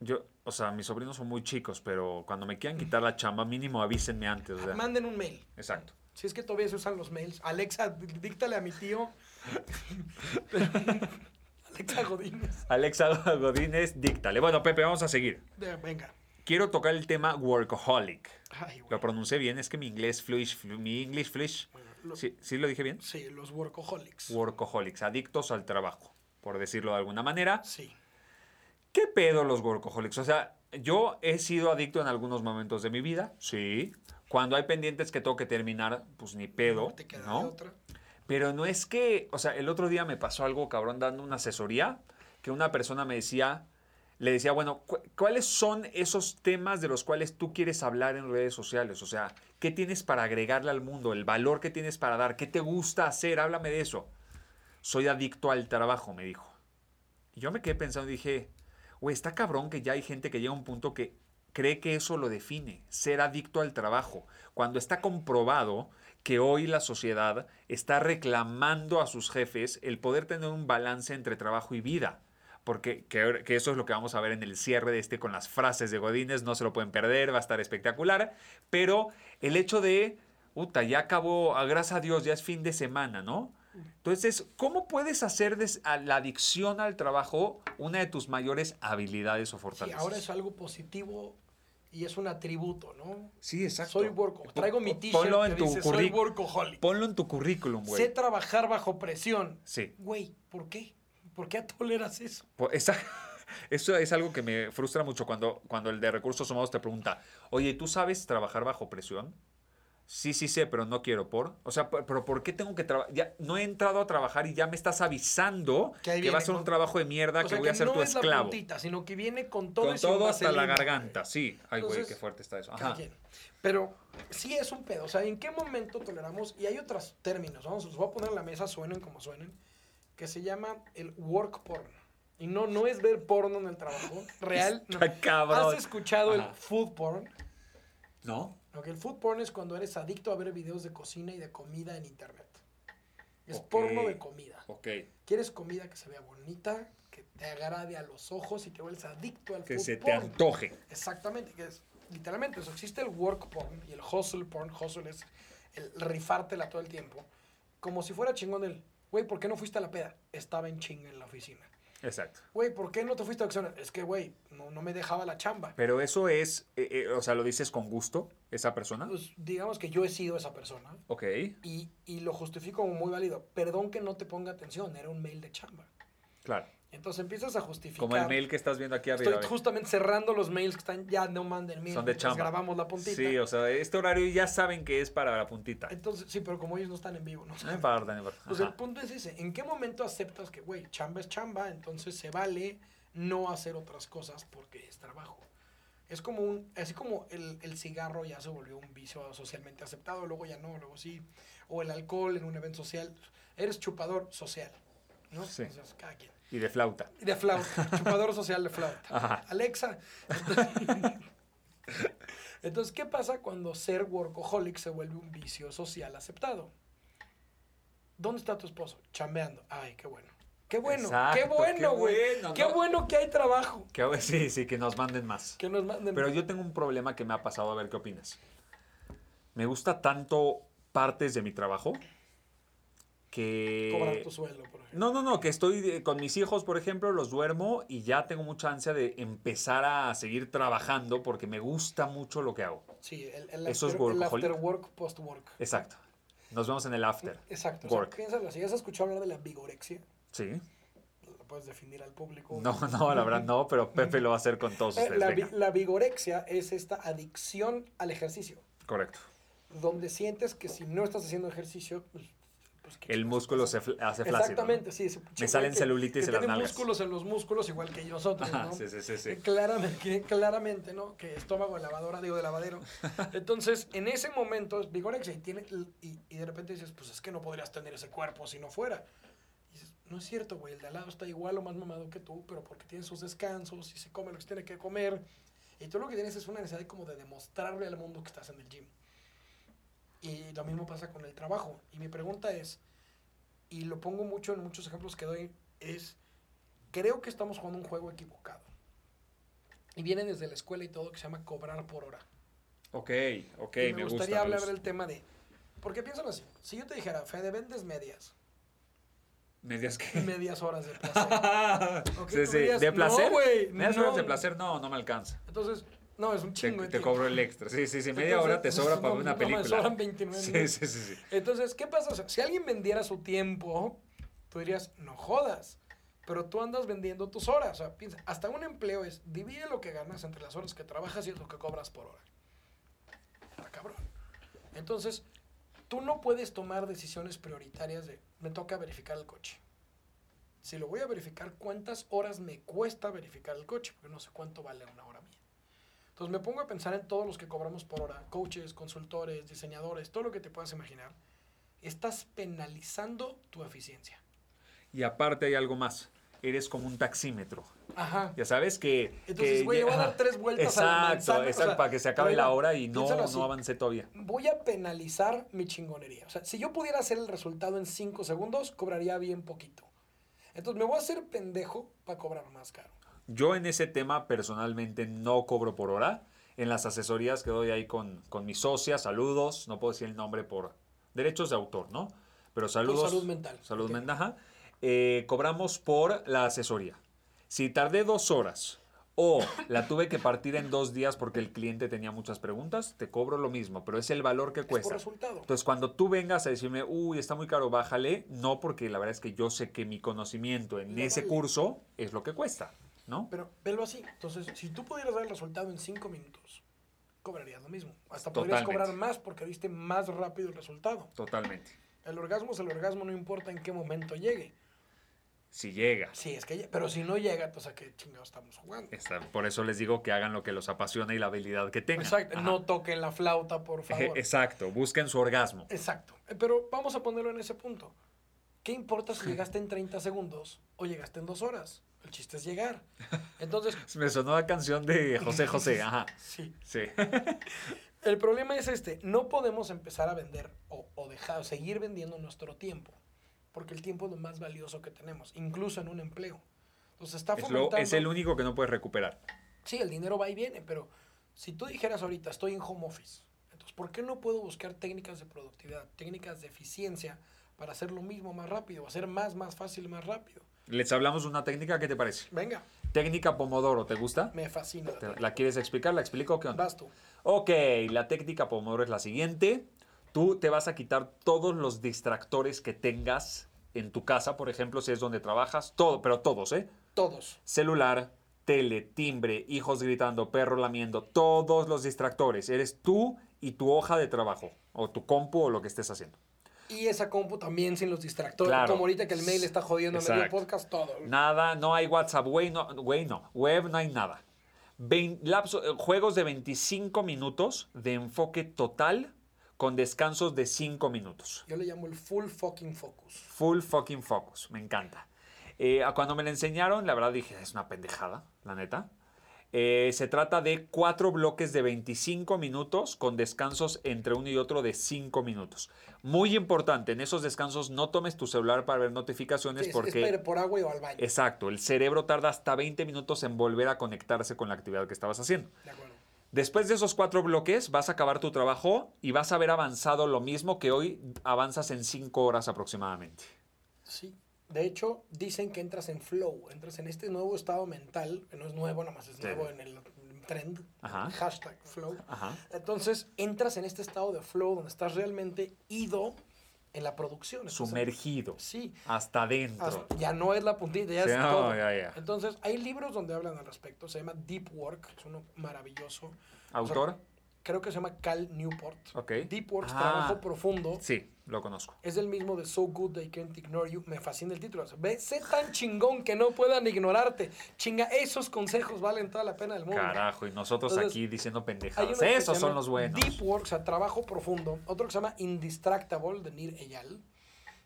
yo, o sea, mis sobrinos son muy chicos, pero cuando me quieran quitar la chamba, mínimo avísenme antes. o sea.
Manden un mail.
Exacto.
Si es que todavía se usan los mails. Alexa, dí- díctale a mi tío. Alexa Godínez.
Alexa Godínez, díctale. Bueno, Pepe, vamos a seguir.
De- Venga.
Quiero tocar el tema workaholic.
Ay, güey.
Lo pronuncié bien, es que mi inglés fluish, flu- mi English fluish.
Lo-
¿Sí, sí lo dije bien?
Sí, los workaholics.
Workaholics, adictos al trabajo, por decirlo de alguna manera.
sí.
¿Qué pedo los workaholics? O sea, yo he sido adicto en algunos momentos de mi vida, sí. Cuando hay pendientes que tengo que terminar, pues ni pedo,
te queda de
¿no?
otra.
Pero no es que, o sea, el otro día me pasó algo cabrón dando una asesoría que una persona me decía, le decía, bueno, cu- ¿cuáles son esos temas de los cuales tú quieres hablar en redes sociales? O sea, ¿qué tienes para agregarle al mundo? ¿El valor que tienes para dar? ¿Qué te gusta hacer? Háblame de eso. Soy adicto al trabajo, me dijo. Y yo me quedé pensando y dije, güey, está cabrón que ya hay gente que llega a un punto que cree que eso lo define, ser adicto al trabajo, cuando está comprobado que hoy la sociedad está reclamando a sus jefes el poder tener un balance entre trabajo y vida. Porque que, ahora- que eso es lo que vamos a ver en el cierre de este con las frases de Godínez, no se lo pueden perder, va a estar espectacular. Pero el hecho de, puta, ya acabó, ah, gracias a Dios, ya es fin de semana, ¿no? Entonces, ¿cómo puedes hacer des- a la adicción al trabajo una de tus mayores habilidades o
Sí,
fortalezas?
ahora es algo positivo y es un atributo, ¿no?
Sí, exacto.
Soy workaholic. Traigo mi
Pon-
t-shirt
Ponlo en
que
tu
dice soy
currículum.
workaholic.
Ponlo en tu currículum,
Sé
güey.
trabajar bajo presión.
Sí.
Güey, ¿por qué? ¿Por qué toleras eso?
Po- esa- eso es algo que me frustra mucho cuando, cuando el de recursos humanos te pregunta, oye, ¿tú sabes trabajar bajo presión? Sí, sí sé, pero no quiero por. O sea, pe- pero ¿por qué tengo que trabajar? Ya no he entrado a trabajar y ya me estás avisando
Que
que,
ahí viene,
va a ser
¿no?
un trabajo de mierda,
O
que
sea,
voy a ser
no
tu
es la
esclavo.
puntita, sino que viene con todo
Con
y sin
todo hasta la
vaselina.
garganta, sí. Ay, güey, qué
Entonces,
fuerte está eso.
Cada
Ajá.
quien. Pero sí es un pedo. O sea, ¿en qué momento toleramos? Y hay otros términos, vamos, los voy a poner en la mesa, suenen como suenen, que se llama el work porn. Y no, no es ver porno en el trabajo, real. no.
Está cabrón.
¿Has escuchado
Ajá.
el food porn?
¿No?
Lo que el food porn es cuando eres adicto a ver videos de cocina y de comida en internet. Es
Ok.
porno de comida.
Ok.
Quieres comida que se vea bonita, que te agrade a los ojos y que vuelves adicto al
Que
food
se te
porn.
antoje.
Exactamente, que es literalmente eso. Existe el work porn y el hustle porn. Hustle es el rifártela todo el tiempo. Como si fuera chingón el, güey, ¿por qué no fuiste a la peda? Estaba en chinga en la oficina.
Exacto.
Güey, ¿por qué no te fuiste a accionar? Es que, güey, no, no me dejaba la chamba.
Pero eso es, eh, eh, o sea, lo dices con gusto, esa persona.
Pues digamos que yo he sido esa persona
Ok.
y, y lo justifico como muy válido. Perdón que no te ponga atención, era un mail de chamba.
Claro.
Entonces empiezas a justificar.
Como el mail que estás viendo aquí arriba.
Estoy
ve.
justamente cerrando los mails que están ya no manden mail.
Son de
mientras
chamba.
grabamos la puntita.
Sí, o sea, este horario ya saben que es para la puntita.
Entonces, sí, pero como ellos no están en vivo, ¿no?
No importa, no importa.
Pues el
Ajá.
punto es ese, ¿en qué momento aceptas que, güey, chamba es chamba, entonces se vale no hacer otras cosas porque es trabajo? Es como un, así como el, el cigarro ya se volvió un vicio socialmente aceptado, luego ya no, luego sí, o el alcohol en un evento social, eres chupador social, ¿no?
Sí.
Entonces, cada quien.
Y de flauta.
Y De flauta, chupador social de flauta.
Ajá.
Alexa, Entonces, ¿qué pasa cuando ser workaholic se vuelve un vicio social aceptado? ¿Dónde está tu esposo? Chambeando. Ay, qué bueno. Qué bueno, qué
Exacto,
bueno,
qué
güey.
bueno,
qué
¿no?
bueno que hay trabajo.
Que, a ver, sí, sí, que nos manden más.
Que nos manden.
Pero yo tengo un problema que me ha pasado, a ver qué opinas. Me gusta tanto partes de mi trabajo que...
cobrar tu sueldo, por ejemplo.
eh, No, no, no, que estoy de- con mis hijos, por ejemplo, los duermo y ya tengo mucha ansia de empezar a seguir trabajando porque me gusta mucho lo que hago.
Sí, el, el
Eso es
after, el
workaholic.
after work, post work.
Exacto. Nos vemos en el after.
Exacto. o sea,
Work.
piénsalo, si ya has escuchado hablar de la vigorexia,
Sí.
lo puedes definir al público.
No, no, la verdad no, pero Pepe lo va a hacer con todos
Eh,
ustedes.
la,
venga.
vi- la vigorexia es esta adicción al ejercicio,
Correcto.
donde sientes que si no estás haciendo ejercicio, pues, pues, ¿qué
El
chingados
músculo
pasa?
se fl- hace flácido.
Exactamente, sí. ese
Me
chico
salen
que-
celulitis
que
en las
tiene
nalgas.
músculos en los músculos, igual que nosotros,
Ajá,
¿no?
sí, sí, sí, sí.
Eh, Claramente, que- claramente, ¿no? Que estómago de lavadora, digo de lavadero. Entonces, en ese momento es vigorexia y, tiene, y, y de repente dices, pues es que no podrías tener ese cuerpo si no fuera. Y dices, no es cierto, güey, el de al lado está igual o más mamado que tú, pero porque tiene sus descansos y se come lo que se tiene que comer. Y tú lo que tienes es una necesidad como de demostrarle al mundo que estás en el gym. Y lo mismo pasa con el trabajo. Y mi pregunta es, y lo pongo mucho en muchos ejemplos que doy, es, creo que estamos jugando un juego equivocado. Y viene desde la escuela y todo que se llama cobrar por hora.
Ok, ok,
Y me, gustaría hablar del tema de... Porque piénsalo así, si yo te dijera, Fede, vendes medias,
Medias que...
medias horas de placer. Ok,
Sí,
tú
sí,
dirías,
¿De
"No,
placer?
güey,
¿Medias
no".
horas de placer? No, no me alcanza.
Entonces, no, es un
Te,
chingo. de
te
tiempo.
cobro el extra. Sí, sí, sí. Media
Entonces,
hora te sobra para
no,
ver una
no, me
película.
sobran 29
sí,
minutos.
sí, sí, sí.
Entonces, ¿qué pasa? O sea, si alguien vendiera su tiempo, tú dirías, no jodas. Pero tú andas vendiendo tus horas. O sea, piensa, hasta un empleo es divide lo que ganas entre las horas que trabajas y lo que cobras por hora. Está cabrón. Entonces, tú no puedes tomar decisiones prioritarias de me toca verificar el coche. Si lo voy a verificar, ¿cuántas horas me cuesta verificar el coche? Porque no sé cuánto vale una hora mía. Entonces me pongo a pensar en todos los que cobramos por hora, coaches, consultores, diseñadores, todo lo que te puedas imaginar. Estás penalizando tu eficiencia.
Y aparte hay algo más. Eres como un taxímetro.
Ajá.
Ya sabes que...
Entonces,
que
güey, le voy a
ajá.
dar tres vueltas a la
exacto,
manzana, o
Exacto,
sea,
para que se acabe
pero
la
ahí va.
hora y no,
Piénsalo así.
no avancé todavía.
Voy a penalizar mi chingonería. O sea, si yo pudiera hacer el resultado en 5 segundos, cobraría bien poquito. Entonces me voy a hacer pendejo para cobrar más caro.
Yo en ese tema personalmente no cobro por hora. En las asesorías que doy ahí con, con mis socias, saludos, no puedo decir el nombre por derechos de autor, ¿no? Pero saludos.
salud mental.
Salud
Ok.
mental, ajá. Eh, cobramos por la asesoría. Si tardé dos horas o la tuve que partir en dos días porque el cliente tenía muchas preguntas, te cobro lo mismo, pero es el valor que
Por
cuesta.
resultado.
Entonces, cuando tú vengas a decirme, uy, está muy caro, bájale, no, porque la verdad es que yo sé que mi conocimiento en
Lo
ese
vale.
curso es lo que cuesta, ¿no?
Pero velo así. Entonces, si tú pudieras dar el resultado en 5 minutos, cobrarías lo mismo. Hasta podrías
Totalmente.
cobrar más porque viste más rápido el resultado.
Totalmente.
El orgasmo es el orgasmo, no importa en qué momento llegue.
Si llega.
Sí, es que, lle- pero si no llega, pues a qué chingados estamos jugando.
Está- Por eso les digo que hagan lo que los apasiona y la habilidad que tengan.
Exacto,
Ajá.
no toquen la flauta, por
Eje,
favor.
Exacto, busquen su orgasmo.
Exacto. Eh, Pero vamos a ponerlo en ese punto. ¿Qué importa si llegaste en 30 segundos o llegaste en dos horas? El chiste es llegar. Entonces,
Me sonó la canción de José José, ajá.
sí.
Sí.
El problema es este, no podemos empezar a vender o, o dejar, o seguir vendiendo nuestro tiempo, porque el tiempo es lo más valioso que tenemos, incluso en un empleo. Entonces está
Es, lo-
fomentando...
es el único que no puedes recuperar.
Sí, el dinero va y viene, pero si tú dijeras ahorita estoy en home office, entonces ¿por qué no puedo buscar técnicas de productividad, técnicas de eficiencia para hacer lo mismo más rápido, hacer más, más fácil, más rápido?
Les hablamos una técnica, ¿qué te parece?
Venga,
Técnica Pomodoro, ¿te gusta?
me fascina. la
¿Te-
técnica.
¿La quieres explicar? ¿La explico? ¿Qué onda?
Vas tú.
Ok, la técnica Pomodoro es la siguiente. Tú te vas a quitar todos los distractores que tengas en tu casa, por ejemplo, si es donde trabajas, todo, pero todos, ¿eh?
Todos.
Celular, tele, timbre, hijos gritando, perro lamiendo, todos los distractores. Eres tú y tu hoja de trabajo, o tu compu o lo que estés haciendo.
Y esa compu también sin los distractores,
Claro.
como ahorita que el mail está jodiendo el medio
Exacto.
podcast, todo.
Nada, no hay WhatsApp, güey, no, güey, no. web no hay nada. Vein- lapso- eh, juegos de 25 minutos de enfoque total con descansos de 5 minutos.
Yo le llamo el full fucking focus.
Full fucking focus, me encanta. Eh, a cuando me la enseñaron, la verdad dije, es una pendejada, la neta. Eh, se trata de cuatro bloques de 25 minutos con descansos entre uno y otro de 5 minutos. Muy importante, en esos descansos no tomes tu celular para ver notificaciones
Sí, es-
porque...
es para ir por agua y o al baño.
Exacto, el cerebro tarda hasta 20 minutos en volver a conectarse con la actividad que estabas haciendo.
De acuerdo.
Después de esos cuatro bloques vas a acabar tu trabajo y vas a haber avanzado lo mismo que hoy avanzas en 5 horas aproximadamente.
Sí. De hecho, dicen que entras en flow, entras en este nuevo estado mental, que no es nuevo, nada más es
Sí.
nuevo en el trend,
Ajá.
hashtag flow.
Ajá.
Entonces, entras en este estado de flow donde estás realmente ido en la producción. Estás en-
Sumergido.
Sí.
Hasta adentro.
Hasta- ya no es la puntita, ya
Sí,
es
no,
todo.
ya, ya.
Entonces, hay libros donde hablan al respecto. Se llama Deep Work, que es uno maravilloso.
¿Autor?
Creo que se llama Cal Newport.
Ok.
Deep Work,
Ah.
Trabajo Profundo.
Sí, lo conozco.
Es el mismo de So Good They Can't Ignore You. Me fascina el título. O sea, ve, sé tan chingón que no puedan ignorarte. Chinga, esos consejos valen toda la pena del mundo.
Carajo, y nosotros
Entonces,
aquí diciendo
Hay
pendejadas.
uno que se
Esos son
llama
los buenos.
Deep Work, o sea, trabajo profundo. Otro que se llama Indistractable de Nir Eyal.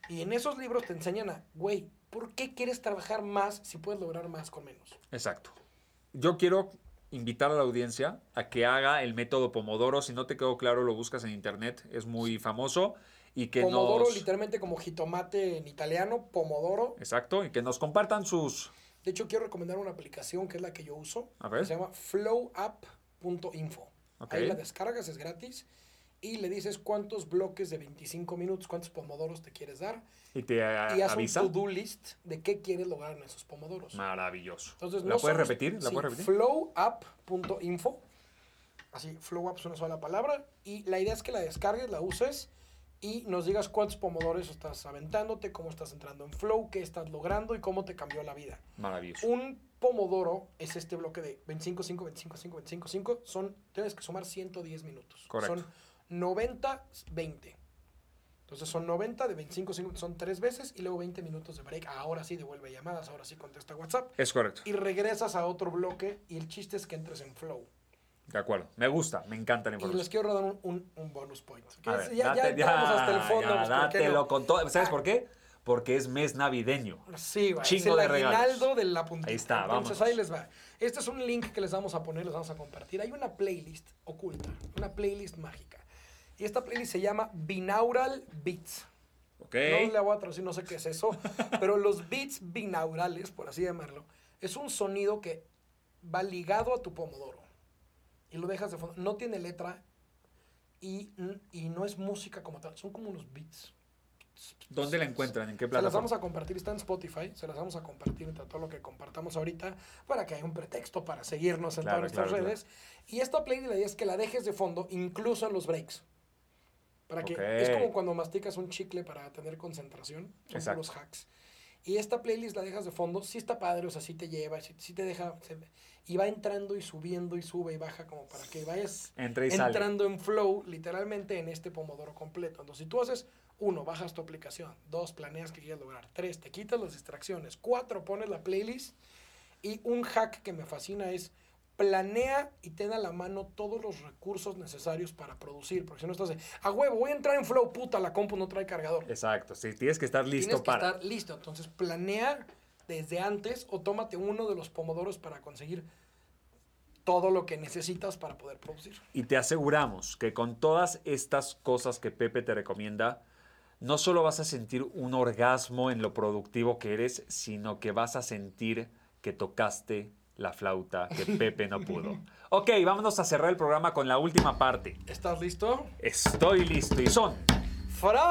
Y en esos libros te enseñan a, güey, ¿por qué quieres trabajar más si puedes lograr más con menos?
Exacto. Yo quiero invitar a la audiencia a que haga el método Pomodoro. Si no te quedó claro, lo buscas en internet. Es muy famoso. Y que
pomodoro,
nos...
literalmente como jitomate en italiano, pomodoro.
Exacto. Y que nos compartan sus...
De hecho, quiero recomendar una aplicación que es la que yo uso.
A ver.
que se llama flowapp.info.
Ok.
Ahí la descargas, es gratis. Y le dices cuántos bloques de 25 minutos, cuántos pomodoros te quieres dar.
Y te a-
y haz
Ah, avisa.
un to-do list de qué quieres lograr en esos pomodoros.
Maravilloso.
Entonces,
¿La
no
puedes
solo-
repetir? ¿La
sí,
puedes repetir?
Flowup.info. Así, flowup es una sola palabra. Y la idea es que la descargues, la uses y nos digas cuántos pomodores estás aventándote, cómo estás entrando en flow, qué estás logrando y cómo te cambió la vida.
Maravilloso.
Un pomodoro es este bloque de 25, 5, 25, 5, 25, 5. Son, tienes que sumar 110 minutos.
Correcto.
Son 90, 20. Entonces son 90 de 25, 5, son tres veces y luego 20 minutos de break. Ahora sí devuelve llamadas, ahora sí contesta WhatsApp
Es correcto.
y regresas a otro bloque y el chiste es que entres en flow.
De acuerdo. Me gusta. Me encanta la
Y les
información.
quiero dar un, un- un bonus point. Que
A
es-
ver,
ya, ya
date-
entramos hasta el fondo.
ya,
pues, ¿por qué
dátelo
no? Ah.
con todo. ¿Sabes por qué? Porque es mes navideño.
Sí, güey.
Chingo
es
de
el
regalos.
aguinaldo de la puntita.
Ahí está,
Entonces
vámonos.
ahí les va. Este es un link que les vamos a poner, les vamos a compartir. Hay una playlist oculta, una playlist mágica. Y esta playlist se llama Binaural Beats.
Ok.
No le voy a traducir, no sé qué es eso, pero los beats binaurales, por así llamarlo, es un sonido que va ligado a tu pomodoro. Y lo dejas de fondo. No tiene letra y, y no es música como tal, son como unos beats.
¿Dónde la encuentran? ¿En qué
Se las vamos
plataforma?
a compartir, está en Spotify, se las vamos a compartir entre todo lo que compartamos ahorita para que haya un pretexto para seguirnos en
Claro,
todas nuestras
claro,
redes. Y esta playlist la idea es que la dejes de fondo incluso en los breaks. Para que es
Ok.
como cuando masticas un chicle para tener concentración, son
Exacto.
puros hacks. Y esta playlist la dejas de fondo, sí está padre, o sea, sí te lleva, sí, sí te deja, se- y va entrando y subiendo y sube y baja como para que vayas
Entra y sale.
entrando en flow literalmente en este pomodoro completo. Entonces, si tú haces, uno, bajas tu aplicación, dos, planeas que quieres lograr, tres, te quitas las distracciones, cuatro, pones la playlist y un hack que me fascina es planea y ten a la mano todos los recursos necesarios para producir, porque si no estás de, a huevo, voy a entrar en flow, puta, la compu no trae cargador.
Exacto. Sí, tienes que estar
Tienes
listo
que
para.
estar listo, entonces planea desde antes o tómate uno de los pomodoros para conseguir todo lo que necesitas para poder producir.
Y te aseguramos que con todas estas cosas que Pepe te recomienda, no solo vas a sentir un orgasmo en lo productivo que eres, sino que vas a sentir que tocaste la flauta que Pepe no pudo. Ok, vámonos a cerrar el programa con la última parte.
¿Estás listo?
Estoy listo y son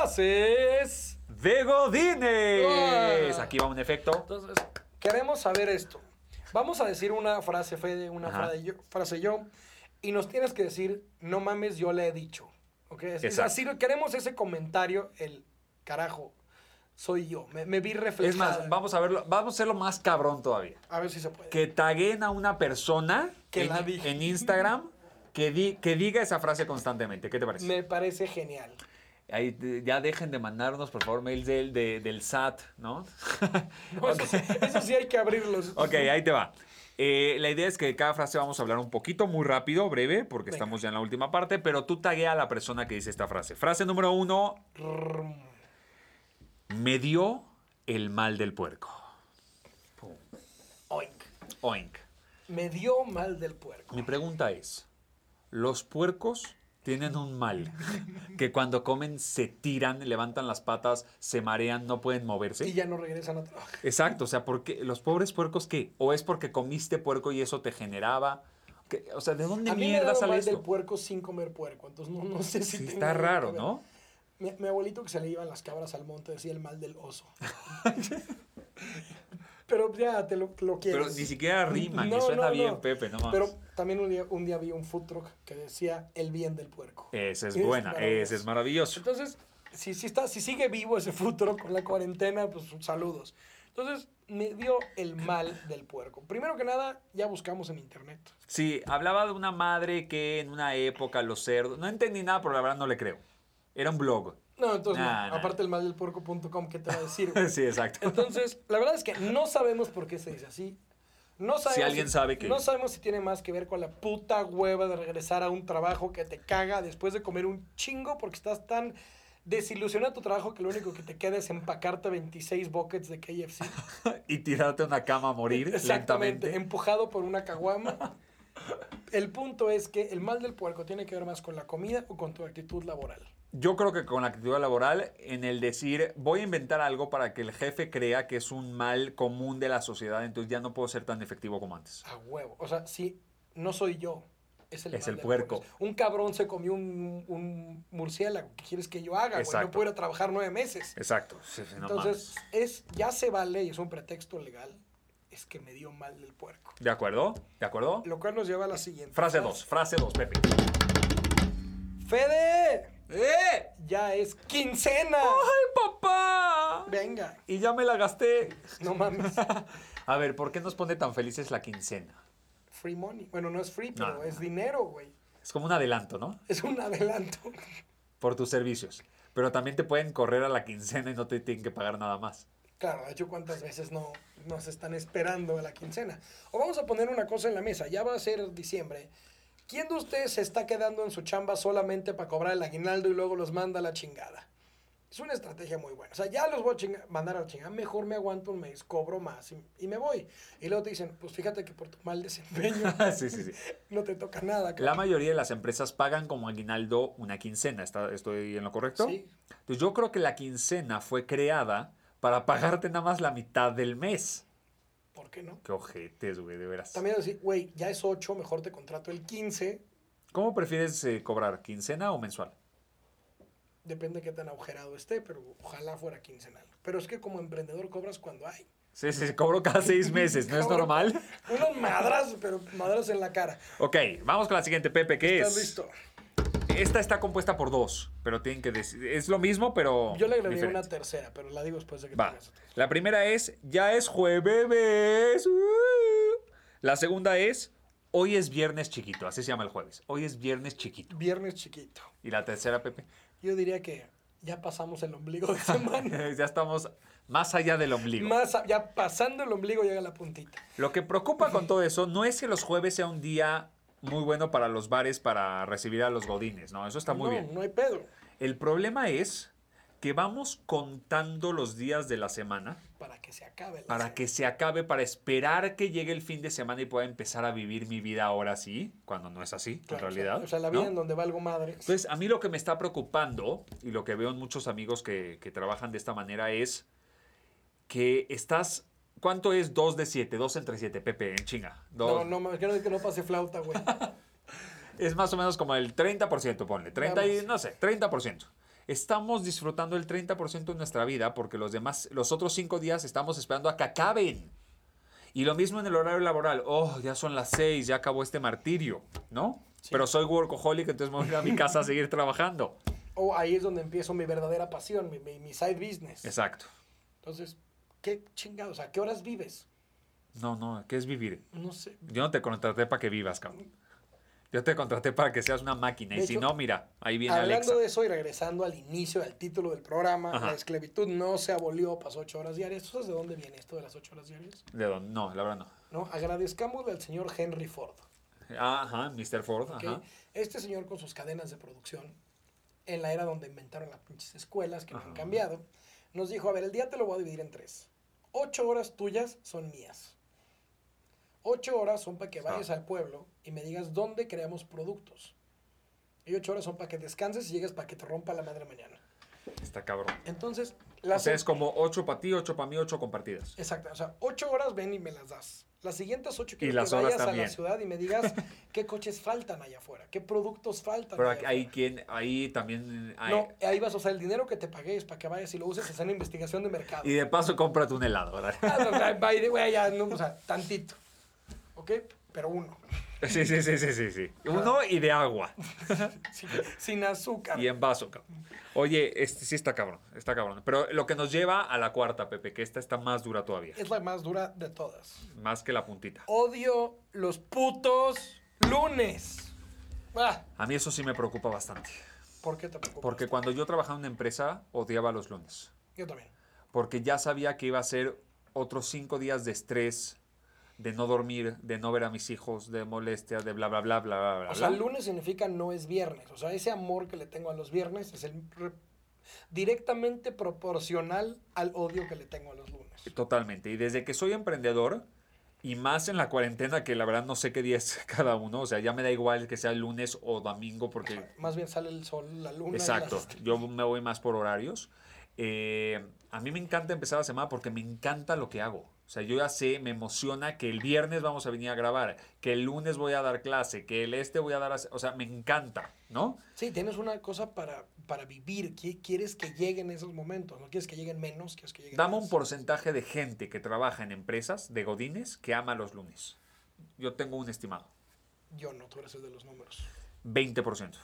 Frases.
de Godines. Aquí va un efecto.
Entonces, queremos saber esto. Vamos a decir una frase, Fede, una
Ajá.
frase yo, frase yo, y nos tienes que decir, no mames, yo le he dicho. ¿Ok? Es- es
Exacto.
así, queremos ese comentario, el carajo, soy yo, me, me vi reflejado.
Es más, vamos a verlo, vamos a hacerlo más cabrón todavía.
A ver si se puede.
que taguen a una persona
Que
en,
la dije.
en Instagram que, di- que diga esa frase constantemente. ¿Qué te parece?
Me parece genial.
Ahí, de- ya dejen de mandarnos, por favor, mails del, de- del SAT, ¿no?
No, eso, sí- eso sí hay que abrirlos.
ok, ahí te va. Eh, la idea es que de cada frase vamos a hablar un poquito, muy rápido, breve, porque
Venga.
estamos ya en la última parte, pero tú taguea a la persona que dice esta frase. Frase número uno,
Rrrm.
me dio el mal del puerco.
Oink.
Oink.
Me dio mal del puerco.
Mi pregunta es, ¿los puercos tienen un mal que cuando comen se tiran, levantan las patas, se marean, no pueden moverse?
Y ya no regresan a trabajar.
Exacto, o sea, porque los pobres puercos qué? ¿O es porque comiste puerco y eso te generaba? ¿Qué? O sea, ¿de dónde
A mí me
mierda
dio
sale
mal del
esto?
puerco sin comer puerco. Entonces no, no sé
Sí,
si. tenga
está
algo
raro,
que ver.
¿no?
Mi, mi abuelito que se le iban las cabras al monte decía el mal del oso. Pero ya te lo, lo quieres.
Pero ni siquiera rima, ni
No,
suena
no,
bien,
no.
Pepe, no mames.
Pero también un día, un día vi un food truck que decía el bien del puerco.
Esa es
Es
buena, esa es
maravilloso.
maravilloso.
Entonces, si, si, está, si sigue vivo ese futuro con la cuarentena, pues saludos. Entonces, me dio el mal del puerco. Primero que nada, ya buscamos en internet.
Sí, hablaba de una madre que en una época los cerdos. No entendí nada, pero la verdad no le creo. Era un blog.
No, entonces, no.
Nah, nah.
aparte el mal del puerco.com, ¿qué te va a decir? güey?
Sí, exacto.
Entonces, la verdad es que no sabemos por qué se dice así. No sabemos
alguien sabe que-
No sabemos si tiene más que ver con la puta hueva de regresar a un trabajo que te caga después de comer un chingo porque estás tan desilusionado de tu trabajo que lo único que te queda es empacarte 26 buckets de KFC.
Y tirarte a una cama a morir
Exactamente,
lentamente.
empujado por una caguama. El punto es que el mal del puerco tiene que ver más con la comida o con tu actitud laboral.
Yo creo que con la actividad laboral, en el decir, voy a inventar algo para que el jefe crea que es un mal común de la sociedad, entonces ya no puedo ser tan efectivo como antes.
A huevo. O sea, si no soy yo, es el,
Es
mal
el
del
puerco.
Un cabrón se comió un, un murciélago. ¿Qué quieres que yo haga? güey?
Exacto.
No puedo ir a trabajar nueve meses.
Exacto. Sí, sí, no
Entonces,
mames.
es, ya se vale y es un pretexto legal. Es que me dio mal del puerco.
¿De acuerdo? ¿De acuerdo?
Lo cual nos lleva a la siguiente.
Frase 2, frase 2, Pepe.
¡Fede!
¡Eh!
Ya es quincena.
¡Ay, papá!
Venga,
Y ya me la gasté.
no mames.
A ver, ¿por qué nos pone tan felices la quincena?
Free money. Bueno, no es free, pero
no,
es dinero, güey.
Es como un adelanto, ¿no?
Es un adelanto.
Por tus servicios. Pero también te pueden correr a la quincena y no te tienen que pagar nada más.
Claro, de hecho, ¿cuántas veces no nos están esperando a la quincena? O vamos a poner una cosa en la mesa. Ya va a ser diciembre. ¿Quién de ustedes se está quedando en su chamba solamente para cobrar el aguinaldo y luego los manda a la chingada? Es una estrategia muy buena. O sea, ya los voy a chinga- mandar a la chingada. Mejor me aguanto un mes, cobro más y, y me voy. Y luego te dicen, pues fíjate que por tu mal desempeño
sí, sí, sí.
no te toca nada.
La
cabrón.
mayoría de las empresas pagan como aguinaldo una quincena. ¿Está, ¿Estoy en lo correcto?
Sí.
Entonces yo creo que la quincena fue creada para pagarte nada más la mitad del mes.
¿Por qué no?
Qué ojetes, güey, de veras.
También decir, güey, ya es 8, mejor te contrato el 15
¿Cómo prefieres eh, cobrar? ¿Quincena o mensual?
Depende de qué tan agujerado esté, pero ojalá fuera quincenal. Pero es que como emprendedor cobras cuando hay.
Sí, sí, cobro cada seis meses, ¿no es
Cobro-
normal?
Unos madrazos, pero madrazos en la cara.
Ok, vamos con la siguiente, Pepe, ¿qué
¿Estás
es?
listo?
Esta está compuesta por dos, pero tienen que decir. Es lo mismo, pero.
Yo le agregaría
diferente.
una tercera, pero la digo después de que
Va.
tengas otra.
La primera es, ya es jueves. Uh. La segunda es, hoy es viernes chiquito. Así se llama el jueves. Hoy es viernes chiquito.
Viernes chiquito.
Y la tercera, Pepe.
Yo diría que ya pasamos el ombligo de semana.
ya estamos más allá del ombligo.
Más a- ya pasando el ombligo llega la puntita.
Lo que preocupa con todo eso no es que los jueves sea un día muy bueno para los bares para recibir a los godines. No, eso está muy
no,
bien.
no hay pedo.
El problema es que vamos contando los días de la semana
Para que se acabe. la
para
semana.
que se acabe, para esperar que llegue el fin de semana y pueda empezar a vivir mi vida ahora sí, cuando no es así,
Claro,
en realidad.
O sea, la vida
¿no? Pues,
en donde valgo madre.
Entonces, a mí lo que me está preocupando, y lo que veo en muchos amigos que, que trabajan de esta manera, es que estás... ¿Cuánto es 2 de 7? 2 entre 7, Pepe, en chinga.
No,
Dos.
no, mames, que no, que no pase flauta, güey.
Es más o menos como el 30%, ponle. 30 y,
Vamos.
no sé, 30%. Estamos disfrutando el 30% de nuestra vida porque los demás, los otros cinco días estamos esperando a que acaben. Y lo mismo en el horario laboral. Oh, ya son las 6, ya acabó este martirio, ¿no? Pero soy workaholic, entonces me voy a ir a mi casa a seguir trabajando.
O ahí es donde empiezo mi verdadera pasión, mi, mi- mi side business.
Exacto.
Entonces, ¿qué chingados? ¿A qué horas vives?
No, no, ¿qué es vivir?
No sé.
Yo no te contraté para que vivas, cabrón. Yo te contraté para que seas una máquina. Y
De
si
hecho,
no, mira, ahí viene
Hablando
Alexa.
de eso y regresando al inicio, al título del programa,
Ajá.
la esclavitud no se abolió, pasó ocho horas diarias. ¿Tú sabes de dónde viene esto de las ocho horas diarias?
¿De dónde? No, la verdad no.
No, agradezcámosle al señor Henry Ford.
Ajá, Mr. Ford.
¿ok?
Ajá.
Este señor con sus cadenas de producción, en la era donde inventaron las pinches escuelas que no
Ajá.
han cambiado, nos dijo, a ver, el día te lo voy a dividir en tres. Ocho horas tuyas son mías. Ocho horas son para que
Está.
vayas al pueblo y me digas dónde creamos productos. Y ocho horas son para que descanses y llegues para que te rompa la madre mañana.
Está cabrón.
Entonces,
O
las...
sea, es como 8 para ti, 8 para mí, 8 compartidas.
Exacto, o sea, ocho horas ven y me las das. Las siguientes ocho quiero
las
que
horas
vayas a
también.
la ciudad y me digas qué coches faltan allá afuera, qué productos faltan.
Pero
allá
aquí- ahí,
afuera.
quien, ahí también... hay-
No, ahí vas a usar el dinero que te pagues para que vayas y lo uses a hacer investigación de mercado.
Y de paso cómprate un helado, ¿verdad?
Ah, no, by- by the way, ya, no, o sea, tantito. ¿Ok? Pero uno.
Sí, sí, sí, sí, sí, sí. Uno y de agua.
Sin, sin azúcar.
Y em- en vaso, cabrón. Oye, este sí está cabrón, está cabrón. Pero lo que nos lleva a la cuarta, Pepe, que esta está más dura todavía.
Es la más dura de todas.
Más que la puntita.
Odio los putos lunes. Ah,
A mí eso sí me preocupa bastante.
¿Por qué te preocupas?
Porque cuando yo trabajaba en una empresa, odiaba los lunes.
Yo también.
Porque ya sabía que iba a ser otros cinco días de estrés, de no dormir, de no ver a mis hijos, de molestias, de bla, bla, bla, bla, bla, bla.
O sea,
bla.
lunes significa no es viernes. O sea, ese amor que le tengo a los viernes es el re- directamente proporcional al odio que le tengo a los lunes.
Totalmente. Y desde que soy emprendedor, y más en la cuarentena, que la verdad no sé qué día es cada uno, o sea, ya me da igual que sea lunes o domingo, porque...
Más bien sale el sol, la luna. y las-
Exacto, yo me voy más por horarios. Eh, a mí me encanta empezar la semana porque me encanta lo que hago. O sea, yo ya sé, me emociona que el viernes vamos a venir a grabar, que el lunes voy a dar clase, que el este voy a dar... as- O sea, me encanta, ¿no?
Sí, tienes una cosa para, para vivir. qui- Quieres que lleguen esos momentos. No quieres que lleguen menos, quieres que lleguen
Dame un
más.
porcentaje de gente que trabaja en empresas de godines que ama los lunes. Yo tengo un estimado.
Yo no, tú eres el de los números.
20%.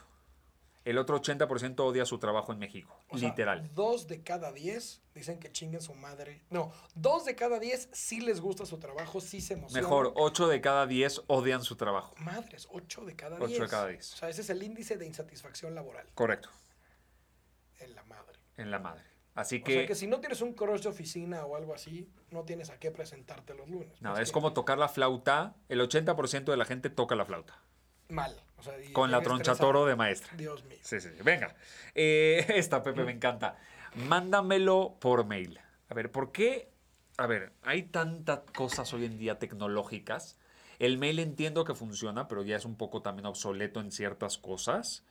El otro 80% odia su trabajo en México,
O sea,
literal.
dos de cada diez dicen que chinguen su madre. No, dos de cada diez sí les gusta su trabajo, sí se emocionan.
Mejor, 8 de cada 10 odian su trabajo.
Madres, ocho de cada
Ocho
diez.
de cada diez.
O sea, ese es el índice de insatisfacción laboral.
Correcto,
En la madre.
en la madre. Así
O
que,
sea, que si no tienes un crush de oficina o algo así, no tienes a qué presentarte los lunes.
no,
Pues
es
que
como tocar la flauta. El 80% de la gente toca la flauta.
Mal. O sea, y
Con la
bien
troncha
estresado.
toro de maestra.
Dios mío.
Sí, sí, sí. Venga. Eh, esta, Pepe, me encanta. Mándamelo por mail. A ver, ¿por qué? A ver, hay tantas cosas hoy en día tecnológicas. El mail entiendo que funciona, pero ya es un poco también obsoleto en ciertas cosas.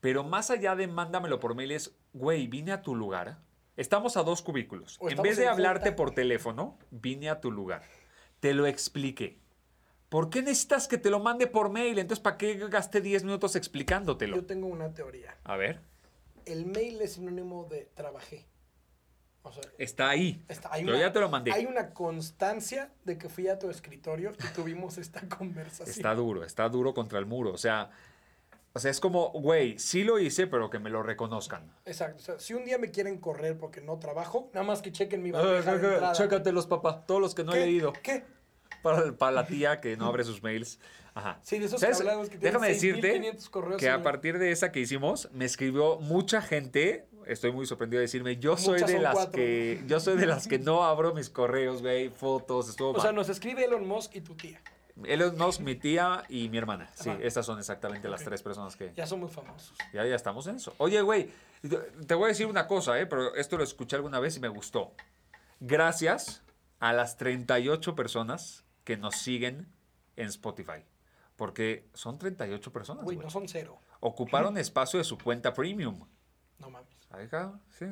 Pero más allá de mándamelo por mail es, güey, vine a tu lugar. Estamos a dos cubículos.
O
En
estamos
vez de
en
hablarte
junta.
por teléfono, vine a tu lugar. Te lo expliqué. ¿Por qué necesitas que te lo mande por mail? Entonces, ¿para qué gasté 10 minutos explicándotelo?
Yo tengo una teoría.
A ver.
El mail es sinónimo de trabajé. O sea,
Está ahí.
está- hay,
Yo
una,
ya te lo mandé.
hay una constancia de que fui a tu escritorio y tuvimos esta conversación.
Está duro, está duro contra el muro. O sea, o sea, es como, güey, sí lo hice, pero que me lo reconozcan.
Exacto. O sea, si un día me quieren correr porque no trabajo, nada más que chequen
Ah,
mi bandeja de entrada.
Chécatelos, papá. Todos los que no
¿Qué?
he leído.
¿Qué?
Para, para la tía que no abre sus mails. Ajá.
Sí, de esos
¿Sabes?
cablados que tienen
Déjame decirte
6,500 correos
que
en
a
el-
partir de esa que hicimos, me escribió mucha gente. Estoy muy sorprendido de decirme, yo soy
Muchas
de
son
las
cuatro.
que. Yo soy de las que no abro mis correos, güey, fotos, estuvo
O sea,
mal.
nos escribe Elon Musk y tu tía.
Elon Musk, mi tía y mi hermana. Sí,
Ajá.
estas son exactamente las
Ok.
tres personas que.
Ya somos famosos.
Ya, ya estamos en eso. Oye, güey, te- te voy a decir una cosa, ¿eh? pero esto lo escuché alguna vez y me gustó. Gracias a las 38 personas que nos siguen en Spotify. Porque son 38 personas,
Güey,
güey.
no son cero.
Ocuparon espacio de su cuenta premium.
No mames.
Ahí está, sí.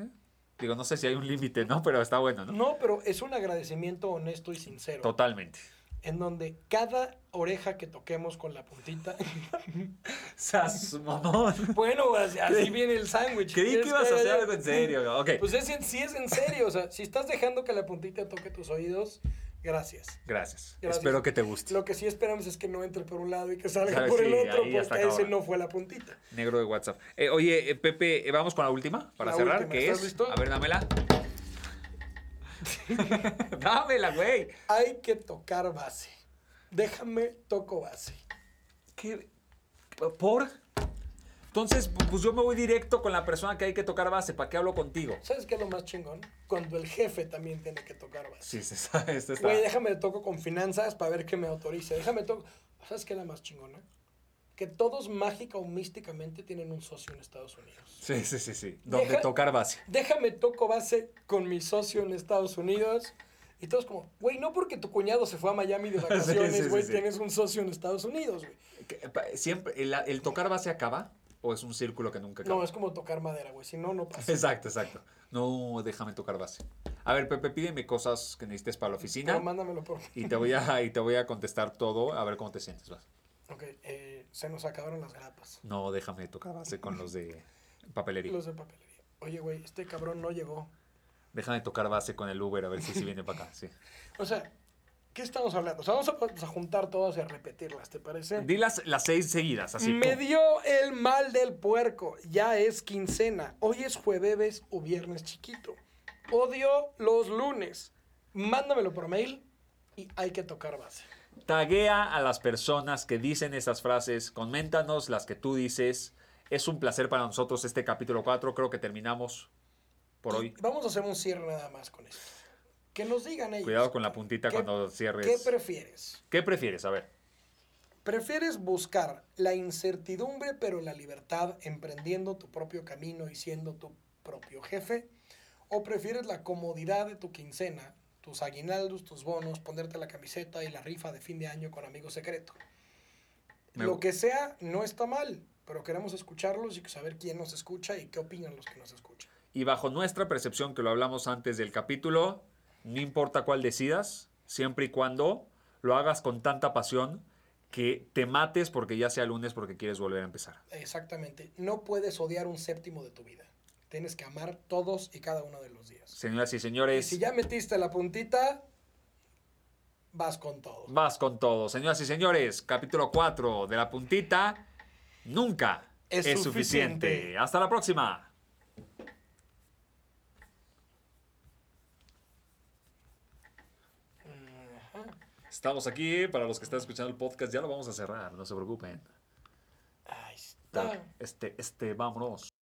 Digo, no sé si hay un límite, ¿no? Pero está bueno, ¿no?
No, pero es un agradecimiento honesto y sincero.
Totalmente.
En donde cada oreja que toquemos con la puntita.
¡Sas, mamón!
bueno, así, así viene el sándwich.
Creí
Es
que ibas a hacer
haya-
algo en serio. Ok,
Pues es, en- sí es en serio. O sea, si estás dejando que la puntita toque tus oídos, gracias.
gracias.
Gracias.
Espero que te guste.
Lo que sí esperamos es que no entre por un lado y que salga
Claro,
por el
sí,
otro,
ahí ya está
porque ese
cabrón.
no fue la puntita.
Negro de WhatsApp. Eh, oye, eh, Pepe, eh, vamos con la última para
La
cerrar,
última,
que
¿estás
es.
listo?
A ver, dámela. dámela, güey.
Hay que tocar base. Déjame toco base.
¿Qué? ¿Por? Entonces, pues yo me voy directo con la persona que hay que tocar base. ¿Para qué hablo contigo?
¿Sabes qué es lo más chingón? Cuando el jefe también tiene que tocar base.
Sí, sí, está. Esto está.
Güey, déjame toco con finanzas para ver que me autorice. Déjame toco. ¿Sabes qué es la más chingona? Que todos mágica o místicamente tienen un socio en Estados Unidos.
Sí, sí, sí, sí. Donde
Deja-
tocar base.
Déjame toco base con mi socio en Estados Unidos Y todos como, güey, no porque tu cuñado se fue a Miami de
Sí, sí,
vacaciones,
sí,
güey,
sí.
tienes un socio en Estados Unidos, güey.
Que, pa- Siempre, el, el tocar base acaba o es un círculo que nunca acaba?
No, es como tocar madera, güey. Si no, no pasa.
Exacto, exacto. No, déjame tocar base. A ver, Pepe, pídeme cosas que necesites para la
Pero
oficina
mándamelo por.
y te voy a, y te voy a contestar todo a ver cómo te sientes. vas.
Ok, eh, se nos acabaron las grapas.
No, déjame tocar base con los de papelería.
Los de papelería. Oye, güey, este cabrón no llegó.
Déjame tocar base con el Uber a ver si, si viene para acá. Sí.
O sea, ¿qué estamos hablando? O sea, vamos a, vamos a juntar todas y a repetirlas, ¿te parece?
Di las, las seis seguidas, así.
Me
pum.
dio el mal del puerco. Ya es quincena. Hoy es jueves o viernes chiquito. Odio los lunes. Mándamelo por mail y hay que tocar base.
Taguea a las personas que dicen esas frases, coméntanos las que tú dices. Es un placer para nosotros este capítulo 4. Creo que terminamos por hoy.
Y Vamos a hacer un cierre nada más con esto. Que nos digan ellos.
Cuidado con la puntita
¿Qué-
cuando cierres.
¿Qué prefieres?
¿Qué prefieres? A ver.
¿Prefieres buscar la incertidumbre pero la libertad emprendiendo tu propio camino y siendo tu propio jefe? ¿O prefieres la comodidad de tu quincena, tus aguinaldos, tus bonos, ponerte la camiseta y la rifa de fin de año con amigo secreto?
Me
Lo
gu-
que sea no está mal, pero queremos escucharlos y saber quién nos escucha y qué opinan los que nos escuchan.
Y bajo nuestra percepción, que lo hablamos antes del capítulo, no importa cuál decidas, siempre y cuando lo hagas con tanta pasión que te mates porque ya sea lunes porque quieres volver a empezar.
Exactamente. No puedes odiar un séptimo de tu vida. Tienes que amar todos y cada uno de los días.
Señoras y
Y
señores,
si ya metiste la puntita, vas con todo.
vas con todo. Señoras y señores, capítulo 4 de la puntita, nunca
Es
es suficiente.
suficiente.
Hasta la próxima. Estamos aquí, para los que están escuchando el podcast, ya lo vamos a cerrar, no se preocupen.
Ahí está.
Este, este, vámonos.